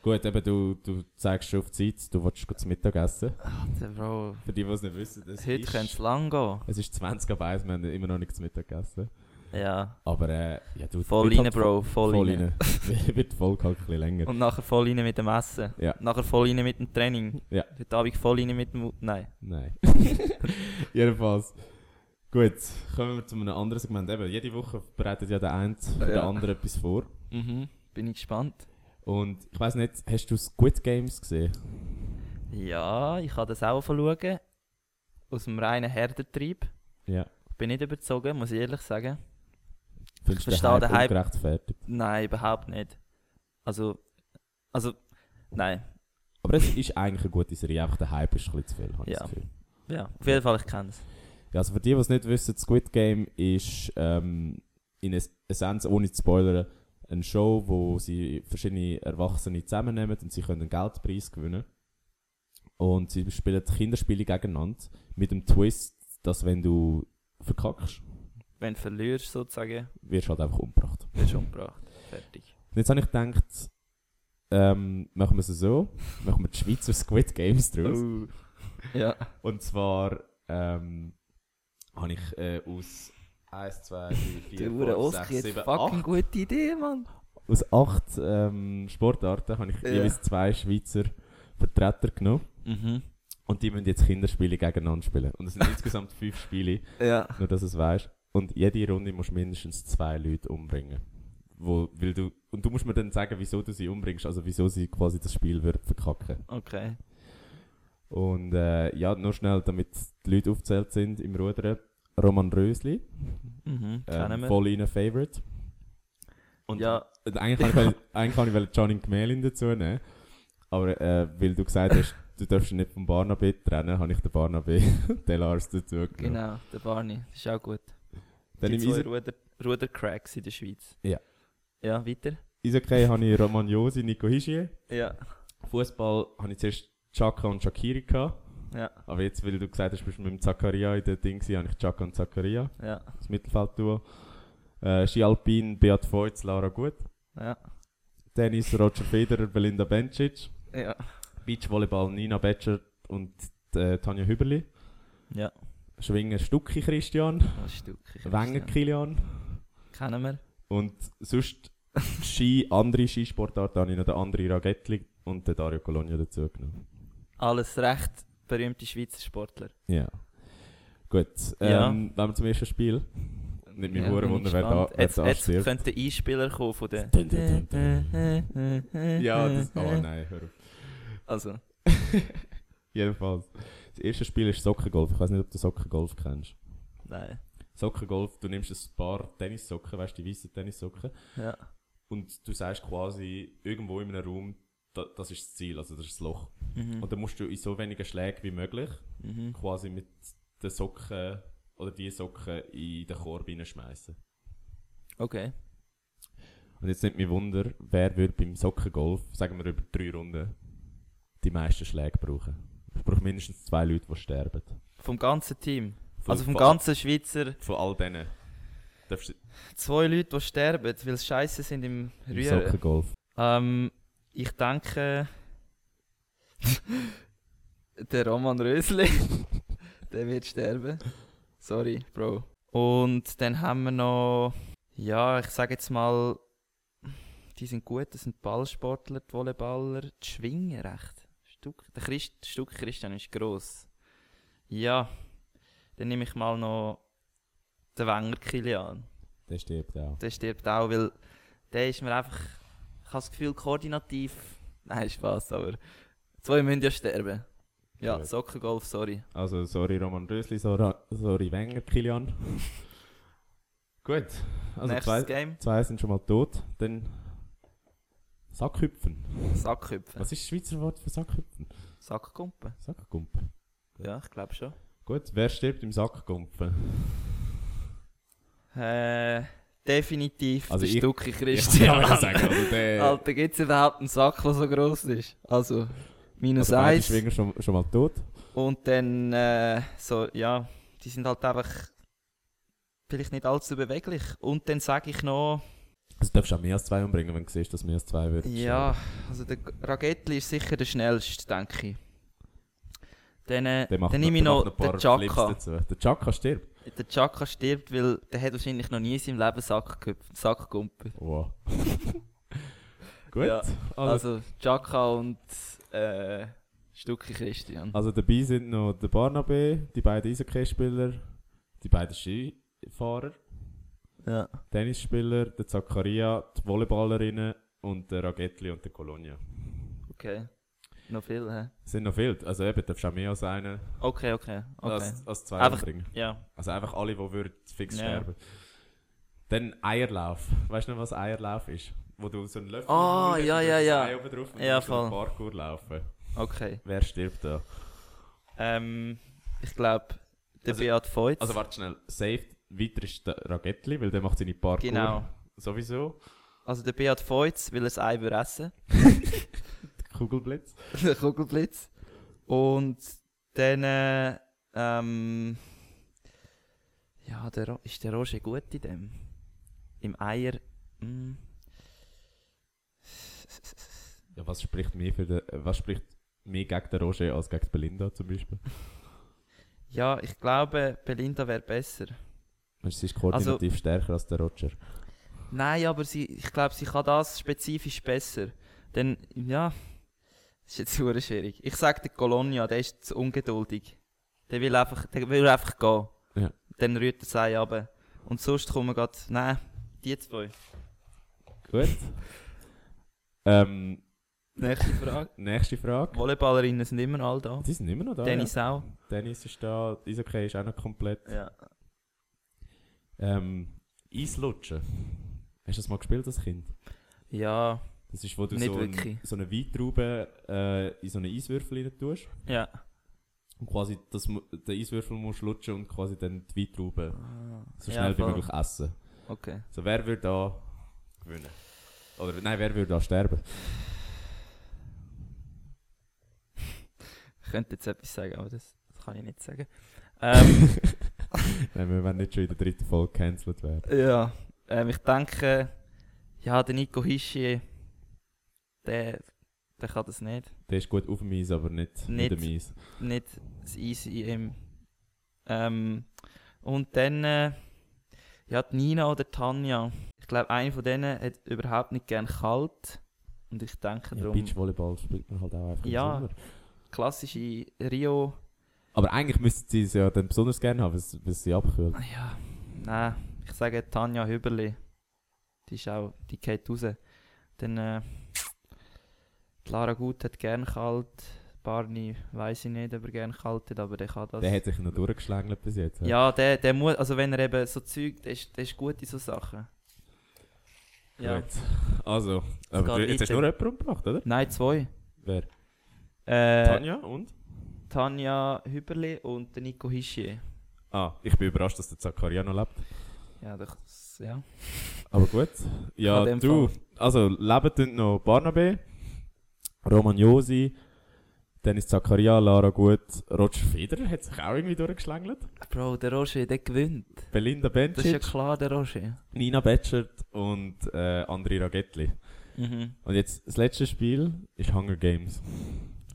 Gut, eben du, du zeigst schon auf die Zeit, du willst gut zum Mittag essen.
Der Bro,
Für die, die es nicht wissen, das
heute könnte es lang gehen.
Es ist 20 ab 1, wir haben immer noch nichts Mittag gegessen.
Ja,
Aber äh, ja, du
voll
wird
rein, Bro, voll,
Voll
rein.
rein. wird die Folge halt ein bisschen länger.
Und nachher voll rein mit dem Essen.
Ja.
Nachher voll rein mit dem Training.
Ja.
Heute Abend voll rein mit dem... Mu- Nein.
Nein. Jedenfalls. Gut, kommen wir zu einem anderen Segment. Eben, jede Woche bereitet ja der eine oder der
Ja.
andere etwas vor.
Mhm. Bin ich gespannt.
Und ich weiß nicht, hast du Squid Games gesehen?
Ja, ich kann das auch schauen. Aus dem reinen Herdentrieb.
Ja.
Ich bin nicht überzogen, muss ich ehrlich sagen.
Findest du den
verstehe
Hype
den Hype.
ungerechtfertigt?
Nein, überhaupt nicht. Also... Also... Nein.
Aber es ist eigentlich eine gute Serie, einfach der Hype ist ein bisschen zu viel, habe ich
Ja.
das Gefühl.
Ja, auf jeden Fall, ich kenne es.
Ja, also für die, die es nicht wissen, Squid Game ist ähm, in Es- Essenz, ohne zu spoilern, eine Show, wo sie verschiedene Erwachsene zusammennehmen und sie können einen Geldpreis gewinnen. Und sie spielen Kinderspiele gegeneinander mit dem Twist, dass wenn du verkackst,
Wenn du verlierst, sozusagen,
wirst du halt einfach umgebracht.
wirst du umgebracht. Fertig.
Und jetzt habe ich gedacht, ähm, machen wir es so, machen wir die Schweizer Squid Games draus.
Uh. Ja.
Und zwar ähm, habe ich äh, aus 1, 2, 3, 4, 5, 6, 7, 8,
gute Idee, Mann.
aus acht ähm, Sportarten habe ich
Ja.
jeweils zwei Schweizer Vertreter genommen.
Mhm.
Und die müssen jetzt Kinderspiele gegeneinander spielen. Und es sind insgesamt fünf Spiele,
Ja.
nur dass du es weißt. Und jede Runde musst du mindestens zwei Leute umbringen. Wo, weil du, und du musst mir dann sagen, wieso du sie umbringst, also wieso sie quasi das Spiel wird verkacken.
Okay.
Und äh, ja, nur schnell, damit die Leute aufgezählt sind im Rudern. Roman Rösli,
Mhm. Kennen
ähm,
wir.
voll in Favorite. Und
Ja,
und eigentlich kann ich, eigentlich kann ich wollte Johnny Gmelin dazu nehmen. Aber äh, weil du gesagt hast, du darfst nicht vom Barnabé trennen, habe ich den Barnabé Delars dazu genommen.
genau, der Barney. Das ist auch gut.
Dann
die
im
zwei
Eis-
Ruder, Rudercracks in der Schweiz.
Ja.
Ja, weiter?
Eishockey habe ich Romagnosi, Nico Hischier.
Ja.
Fußball habe ich zuerst Chaka und Shakiri gehabt.
Ja.
Aber jetzt, weil du gesagt hast, bist du mit dem Zakaria in dem Ding gewesen, habe ich Chaka und Zakaria,
Ja.
das Mittelfeldduo. Äh, Ski Alpin, Beat Voigt, Laura Gut.
Ja.
Tennis, Roger Federer, Belinda Bencic.
Ja.
Beachvolleyball Nina Betscher und äh, Tanja Hüberli.
Ja.
Schwingen Stucki Christian,
Ein Stück.
Wenger Kilian
Kennen wir.
und sonst Ski, andere Skisportarten habe ich noch den André Ragettli und den Dario Colonia dazu genommen.
Alles recht berühmte Schweizer Sportler.
Ja. Gut,
Ja.
ähm, wenn wir zum ersten Spiel. Nicht mehr
Ja,
hure
bin
wundern, wer da,
gespannt.
wer
jetzt,
da
jetzt
stirbt.
könnte ein Einspieler kommen von der.
Dun, dun, Ja, das. Oh nein, hör auf.
Also,
Jedenfalls. Das erste Spiel ist Sockengolf. Ich weiß nicht, ob du Sockengolf kennst.
nein.
Sockengolf, du nimmst ein paar Tennissocken, weißt du, die weißen Tennissocken,
Ja.
und du sagst quasi irgendwo in einem Raum, da, das ist das Ziel, also das ist das Loch.
Mhm.
Und dann musst du in so wenigen Schlägen wie möglich
Mhm.
quasi mit den Socken oder die Socken in den Korb hineinschmeißen.
Okay.
Und jetzt nimmt mich Wunder, wer würde beim Sockengolf, sagen wir über drei Runden, die meisten Schläge brauchen? Es braucht mindestens zwei Leute, die sterben.
Vom ganzen Team.
Von-
Also vom
von-
ganzen Schweizer.
Von all denen. Darfst du
Zwei Leute, die sterben, weil sie scheiße sind im
im
Rühren.
Sockengolf.
Ähm, ich denke. der Roman Rösli. der wird sterben. Sorry, Bro. Und dann haben wir noch. Ja, ich sage jetzt mal. Die sind gut, das sind Ballsportler, die Volleyballer. Die schwingen recht. Stuck, der Christ, Stuck Christian ist gross. Ja. Dann nehme ich mal noch. den Wenger Kilian
Der stirbt auch.
der stirbt auch, weil der ist mir einfach, ich habe das Gefühl, koordinativ, nein, Spaß, aber zwei müssen ja sterben. Ja,
Gut.
Sockengolf, sorry.
Also, sorry Roman Rösli, sorry, sorry Wenger, Kilian. Gut, also
Nächstes
zwei,
Game,
zwei sind schon mal tot. Dann Sackhüpfen.
Sackköpfe.
Was ist das Schweizer Wort für Sackhüpfen?
Sackkumpen.
Sackgumpen.
Ja, ich glaube schon.
Gut, wer stirbt im Sackgumpfen?
Äh, definitiv
Also
also
ich-
der Stucki
Ja,
Christian.
ich sagen, also der,
Alter, gibt es überhaupt einen Sack, der so gross ist? Also, minus
also beide
eins.
Schwinger schon, schon mal tot.
Und dann, äh, so, ja, die sind halt einfach vielleicht nicht allzu beweglich. Und dann sage ich noch,
Also darfst du auch mehr als zwei umbringen, wenn du siehst, dass mehr als zwei wird.
ja,
äh,
also der Ragettli ist sicher der schnellste, denke ich. Dann, äh,
Der macht
dann nehme ich
der
noch
macht ein
den
paar Flips
Chaka.
dazu. Der Chaka stirbt.
Der Chaka stirbt, weil der hat wahrscheinlich noch nie in seinem Leben Sack gehüpft- Sack gehumpelt.
Wow. Gut.
Ja,
also,
Also Chaka und äh, Stucki Christian.
also dabei sind noch der Barnabé, die beiden Eishockey-Spieler, die beiden Skifahrer,
Ja.
Tennisspieler, der Zakaria, die Volleyballerinnen und der Ragettli und der Colonia.
Okay. Noch viel, hä?
Es sind noch viele. Also eben, darfst du auch mehr als einen,
Okay, okay, okay.
als, als zwei
Einfach-
umbringen.
ja.
Also einfach alle, die würden fix
Ja.
sterben. Dann Eierlauf. Weißt du noch, was Eierlauf ist? Wo du so einen Löffel
Ah,
in den Mund
ja,
hast und
ja,
dann
ja.
Ei oben drauf und
Ja,
ja, voll.
voll.
Einen Parkour laufen.
Okay.
Wer stirbt da?
Ähm, ich glaube, der
Also-
Beat Feutz.
Also warte schnell. Safe weiter ist der Ragettli, weil der macht seine Parkour.
Genau.
Sowieso.
also der Beat Feutz, weil er das Ei würde essen.
Kugelblitz.
der Kugelblitz. Und dann, äh, ähm, ja, der, Ro- ist der Roger gut in dem? Im Eier, mm.
Ja, was spricht mehr für den, was spricht mehr gegen den Roger als gegen die Belinda zum Beispiel?
Ja, ich glaube, Belinda wäre besser.
Meinst du, Sie ist
Also-
koordinativ stärker als der Roger.
Nein, aber sie, ich glaube, sie kann das spezifisch besser. Denn, ja, das ist jetzt super schwierig. Ich sage der Colonia, der ist zu ungeduldig. Der will einfach, der will einfach gehen.
Ja.
Dann rührt er sein runter. Und sonst kommen gerade, nein, die zwei.
Gut. ähm,
Nächste Frage.
nächste Frage. Ah,
Volleyballerinnen sind immer alle da.
Die sind immer noch da. ja.
Dennis auch.
Tennis ist da, Eishockey ist auch noch komplett.
Ja.
Ähm, Eislutschen. Hast du das mal gespielt als Kind?
Ja,
Das ist, wo du
Nicht
so, ein,
wirklich.
so eine Weintraube äh, in so einen Eiswürfel rein tust.
ja.
Und quasi das, mu- den Eiswürfel musst du lutschen und quasi dann die Weintraube so
Ja,
schnell wie
voll.
möglich essen.
Okay.
So, wer würde da gewinnen? Oder nein, wer würde da sterben?
Ich könnte jetzt etwas sagen, aber das, das kann ich nicht sagen. Ähm,
Nein, wir werden nicht schon in der dritten Folge gecancelt werden.
ja, ähm, ich denke, ja, der Nico Hischi, der, der kann das nicht.
Der ist gut auf dem Eis, aber nicht,
Nicht.
nicht. dem Eis.
Nicht das Eis in ihm. Ähm, und dann, äh, ja, die Nina oder die Tanja. Ich glaube, eine von denen hat überhaupt nicht gern kalt. Und ich denke
Ja,
darum,
Beachvolleyball spielt man halt auch einfach
Ja.
im Sommer.
klassische Rio.
Aber eigentlich müssten sie es ja dann besonders gerne haben, was, was sie abkühlt.
Ah Ja, nein, ich sage Tanja Hüberli. Die ist auch, die geht raus. Dann, äh, die Lara Gut hat gern kalt. Barney weiß ich nicht, ob er gern kalt hat, aber der kann das.
Der hat sich noch durchgeschlängelt bis jetzt. hä?
ja, der, der muss, also wenn er eben so Zeug, der ist, der ist gut in so Sachen. Ja.
Gut. Also, aber du,
geht
jetzt hast du
weiter.
nur jemanden umgebracht, oder?
Nein, zwei.
Wer?
Äh, Tanja?
Tanja und?
Hüberli und der Nico Hischier.
Ah, ich bin überrascht, dass der Zakaria noch lebt.
Ja, das, ja.
Aber gut. Ja,
An dem
du. Also, leben tun noch Barnabé, Roman Josi, Dennis Zakaria, Lara Gut, Roger Federer hat sich auch irgendwie durchgeschlängelt.
Bro, der Roger, der gewinnt.
Belinda
Das ist ja
Bencic,
klar, der Roger.
Nina Betschert und äh, Andri Ragettli.
Mhm.
Und jetzt, das letzte Spiel ist Hunger Games.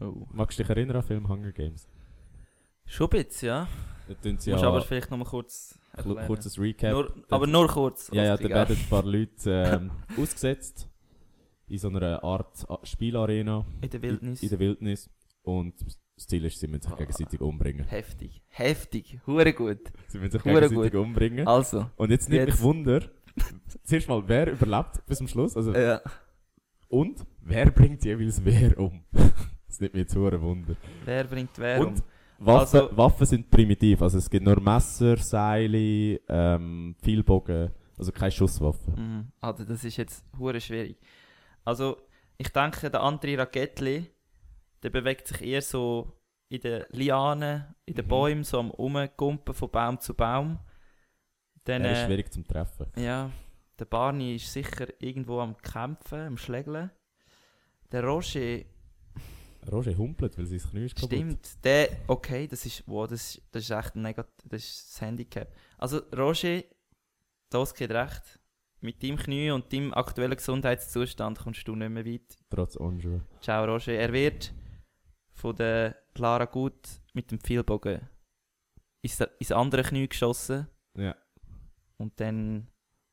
Oh.
Magst du dich erinnern an den Film Hunger Games?
Schon ein bisschen, ja.
Da tun sie
Musst
ja
aber vielleicht noch mal kurz
kl-
erklären.
kurzes Recap.
nur, aber nur kurz.
Ja, ja,
Richtig,
da werden ein paar Leute ähm, ausgesetzt in so einer Art A- Spielarena
In der
in,
Wildnis.
in der Wildnis und das Ziel ist, sie müssen sich gegenseitig umbringen.
Heftig. Heftig. Hure gut.
Sie müssen sich
Hure
gegenseitig umbringen.
Also.
Und jetzt nimmt mich
Jetzt.
Wunder, zuerst mal, wer überlebt bis zum Schluss? Also,
Ja.
und wer bringt jeweils wer um? Das nimmt mir jetzt hure Wunder.
Wer bringt wer
Und
um?
Waffen,
Also-
Waffen sind primitiv, also es gibt nur Messer, Seile, ähm, Pfeilbogen, also keine Schusswaffen.
Mhm. Also, das ist jetzt hure schwierig. Also, ich denke, der André Rakettli, der bewegt sich eher so in den Lianen, in
Mhm.
den Bäumen, so am Rumgumpen von Baum zu Baum. Dann,
er ist
äh,
schwierig zum Treffen.
ja, der Barney ist sicher irgendwo am Kämpfen, am Schlägeln. Der Roger,
Roger humpelt, weil sein Knie ist kaputt.
stimmt, der, okay, das ist, wow, das, ist- das ist echt ein negat das ist das Handicap. Also, Roger, das geht recht. Mit deinem Knie und deinem aktuellen Gesundheitszustand kommst du nicht mehr weit.
Trotz Onschuhe.
Ciao Roger. Er wird von der Clara Gut mit dem Pfeilbogen ins, ins andere Knie geschossen
Ja.
und dann...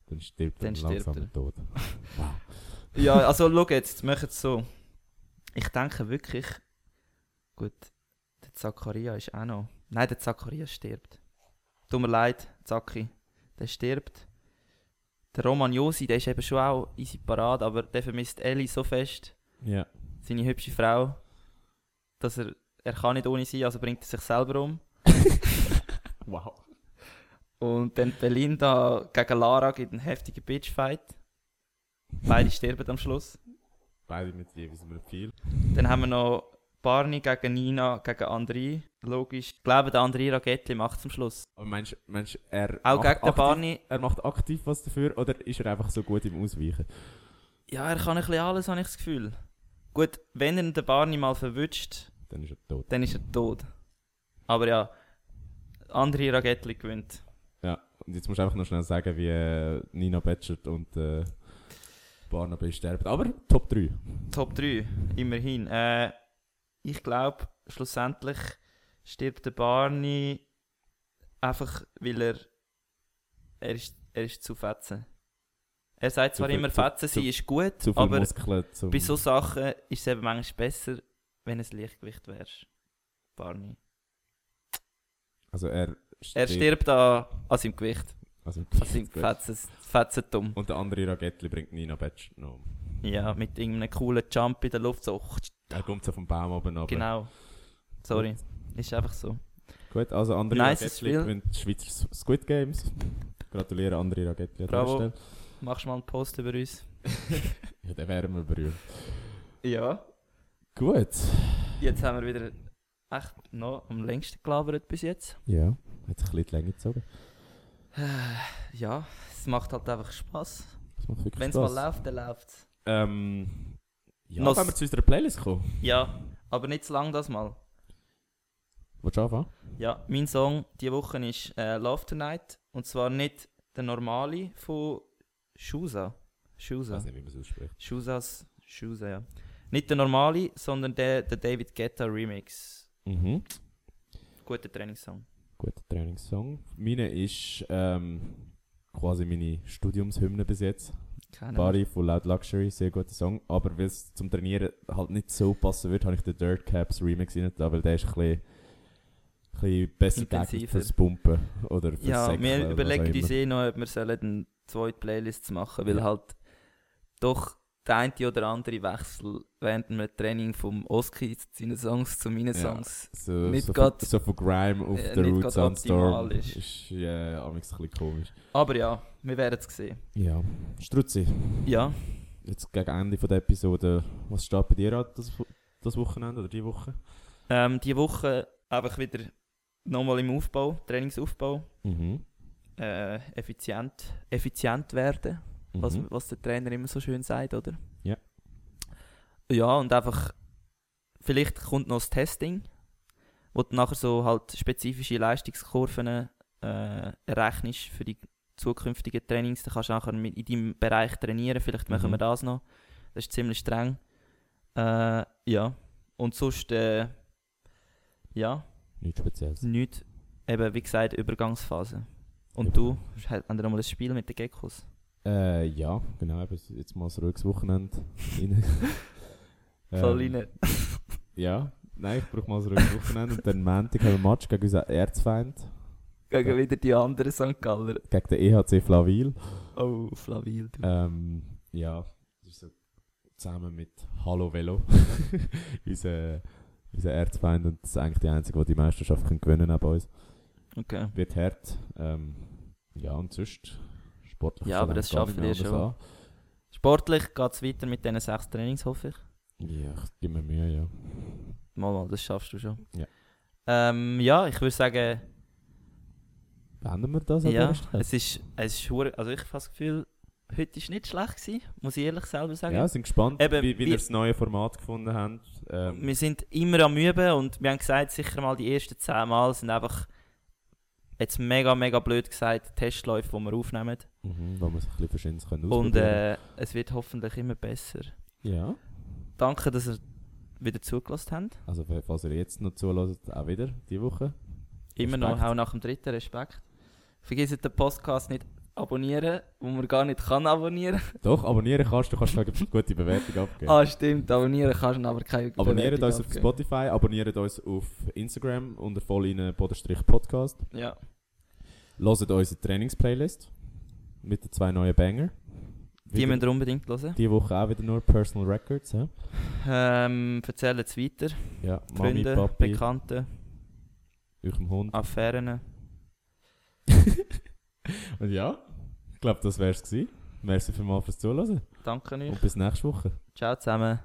Dann stirbt
Dann
er
stirbt
langsam
er.
tot.
Ja, also schau jetzt, machen es so. Ich denke wirklich... Gut, der Zakaria ist auch noch... Nein, der Zakaria stirbt. Tut mir leid, Zaki. Der stirbt. Der Roman Josi, der ist eben schon auch easy parat, aber der vermisst Ellie so fest.
Ja.
seine hübsche Frau, dass er, er kann nicht ohne sie, also bringt er sich selber um.
Wow.
Und dann Belinda gegen Lara gibt einen heftigen Bitchfight. Beide sterben am Schluss.
Beide mit jeweils einem Pfeil.
Dann haben wir noch Barney gegen Nina gegen André. Logisch. Ich glaube, der André Ragetti macht zum Schluss.
Aber meinst meinst du, er
Auch
macht
gegen den
aktiv-
Barney.
Er macht aktiv was dafür oder ist er einfach so gut im Ausweichen?
Ja, er kann ein bisschen alles, habe ich das Gefühl. Gut, wenn er den Barney mal verwünscht,
Dann ist er tot.
dann ist er tot. Aber ja, André Ragetti gewinnt.
Und jetzt musst du einfach noch schnell sagen, wie äh, Nina Batchert und äh, Barnaby sterben. Aber Top 3.
Top 3, immerhin. Äh, ich glaube, schlussendlich stirbt der Barney einfach, weil er. Er ist, er ist zu fetzen. Er sagt
Zu
zwar
viel-
immer,
zu-
fetzen sein
zu-
ist gut,
Zu viele
aber
Muskeln zum...
bei so Sachen ist es eben manchmal besser, wenn es Leichtgewicht wärst. Barney.
Also er
Er stirbt an, an seinem Gewicht,
Also,
an seinem Fetzen, Fetzentum.
und der andere Ragettli bringt Nina Batchert noch um.
Ja, mit irgendeinem coolen Jump in der Luft, so.
Er kommt so vom Baum oben runter.
Genau. Sorry, ist einfach so.
Gut, also André
Nices
Ragettli
Spiel.
gewinnt die Schweizer S- Squid Games. Gratuliere André Ragettli an
Bravo.
der Stelle.
Machst du mal einen Post über uns?
Ja, dann wären wir berühmt.
Ja.
Gut.
Jetzt haben wir wieder echt noch am längsten gelabert bis jetzt.
Ja, hat sich ein bisschen die Länge gezogen.
Ja, es macht halt einfach Spaß.
Das macht wirklich
Wenn es mal
Spass.
läuft, dann läuft's.
Ähm, ja,
Noch-
Noch wenn wir zu unserer Playlist kommen.
Ja, aber nicht zu lang das mal.
Willst du anfangen?
Ja, mein Song diese Woche ist äh, Love Tonight. Und zwar nicht der normale von Shusa.
Ich
Shusa.
weiß nicht, wie man es ausspricht.
Shusas. Shusa, ja. Nicht der normale, sondern der, der David Guetta Remix.
Mhm.
Guter Trainingssong.
Guter Trainingssong. Meine ist ähm, quasi meine Studiumshymne bis jetzt.
Ah, Keine
Body von Loud Luxury, sehr guter Song. Aber weil es zum Trainieren halt nicht so passen wird, habe ich den Dirt Caps Remix rein, da, weil der ist ein bisschen, ein bisschen besser geeignet
Intensiver.
fürs Pumpen oder fürs
Ja,
Säckeln
wir
oder
überlegen
was auch
uns
immer.
eh noch, ob wir sollen eine zweite Playlist machen weil
Ja.
halt doch der eine oder andere Wechsel während einem Training vom Oski zu seinen Songs zu meinen
Ja.
Songs.
so,
nicht
so,
grad-
von, so von Grime auf
äh,
The
nicht
Root
grad
Sandstorm
optimal ist.
ist ja yeah, ein bisschen komisch.
Aber ja, wir werden es sehen.
Ja, Strutzi,
Ja,
jetzt gegen Ende von der Episode, was steht bei dir an das, das Wochenende oder die Woche?
ähm, diese Woche einfach wieder nochmal im Aufbau, Trainingsaufbau,
Mhm.
äh, effizient, effizient werden, was,
Mhm.
was der Trainer immer so schön sagt, oder?
Ja.
Ja, und einfach, vielleicht kommt noch das Testing, wo du nachher so halt spezifische Leistungskurven äh, errechnest für die zukünftigen Trainings. Dann kannst du nachher mit in deinem Bereich trainieren, vielleicht machen
Mhm.
wir das noch. Das ist ziemlich streng. Äh, ja, und sonst, äh, ja,
Nichts Spezielles.
nichts, eben wie gesagt, Übergangsphase. Und
Ja.
du, hast haben wir mal ein Spiel mit den Geckos?
Äh, ja, genau, eben, jetzt mal ein ruhiges Wochenende. rein.
Voll
Ähm,
rein.
Ja, nein, ich brauche mal so ein ruhiges Wochenende. Und dann Montag haben wir einen Match gegen unseren Erzfeind,
Gegen
ja.
wieder die anderen St. Galler.
gegen den E EHC Flawil.
Oh, Flavil. du.
Ähm, ja, das ist so zusammen mit Hallo Velo, unser, unser Erzfeind. Und das ist eigentlich die einzige, die die Meisterschaft können gewinnen kann bei uns.
Okay.
Wird hart. Ähm, ja, und sonst sportlich.
Ja, aber das
gar nicht
schaffen
mehr
wir
anders
Sportlich geht es weiter mit diesen sechs Trainings, hoffe ich.
an. Ja, ich gebe mir Mühe, ja.
Mal, mal, das schaffst du schon.
Ja.
Ähm, ja, ich würde sagen,
Beenden wir das
ja,
Stelle?
es ist, es ist, hure- also ich habe das Gefühl, heute war nicht schlecht, gewesen, muss ich ehrlich selber sagen.
Ja, sind gespannt,
Eben,
wie, wie
wie-
ihr das neue Format gefunden habt. Ähm,
Wir sind immer am Üben und wir haben gesagt, sicher mal die ersten 10 Mal sind einfach jetzt mega, mega blöd gesagt Testläufe, die wir aufnehmen.
mhm, wo wir es ein bisschen verschiedenes können
Und
ausprobieren.
äh, es wird hoffentlich immer besser.
Ja,
Danke, dass ihr wieder zugelassen habt.
also f- falls ihr jetzt noch zuhört, auch wieder, die Woche.
Immer noch,
Respekt.
auch nach dem dritten Respekt. Vergesst den Podcast nicht abonnieren, wo man gar nicht kann abonnieren.
Doch, abonnieren kannst du, kannst du eine gute Bewertung abgeben.
Ah, stimmt, abonnieren kannst du aber keine
Abonniert
Bewertung
uns auf
abgeben.
Spotify, abonniert uns auf Instagram unter vollinen-podcast.
Ja,
Loset unsere Trainingsplaylist mit den zwei neuen Banger.
die müsst ihr unbedingt hören.
die Woche auch wieder nur Personal Records. Ja,
Ähm, erzählt es weiter.
ja Mami,
Freunde,
Papi,
Bekannte,
eurem Hund.
Ah. Affären.
Und ja, ich glaube, das wär's gewesen. Merci vielmals fürs Zuhören
Danke euch.
und bis nächste Woche.
Ciao zusammen.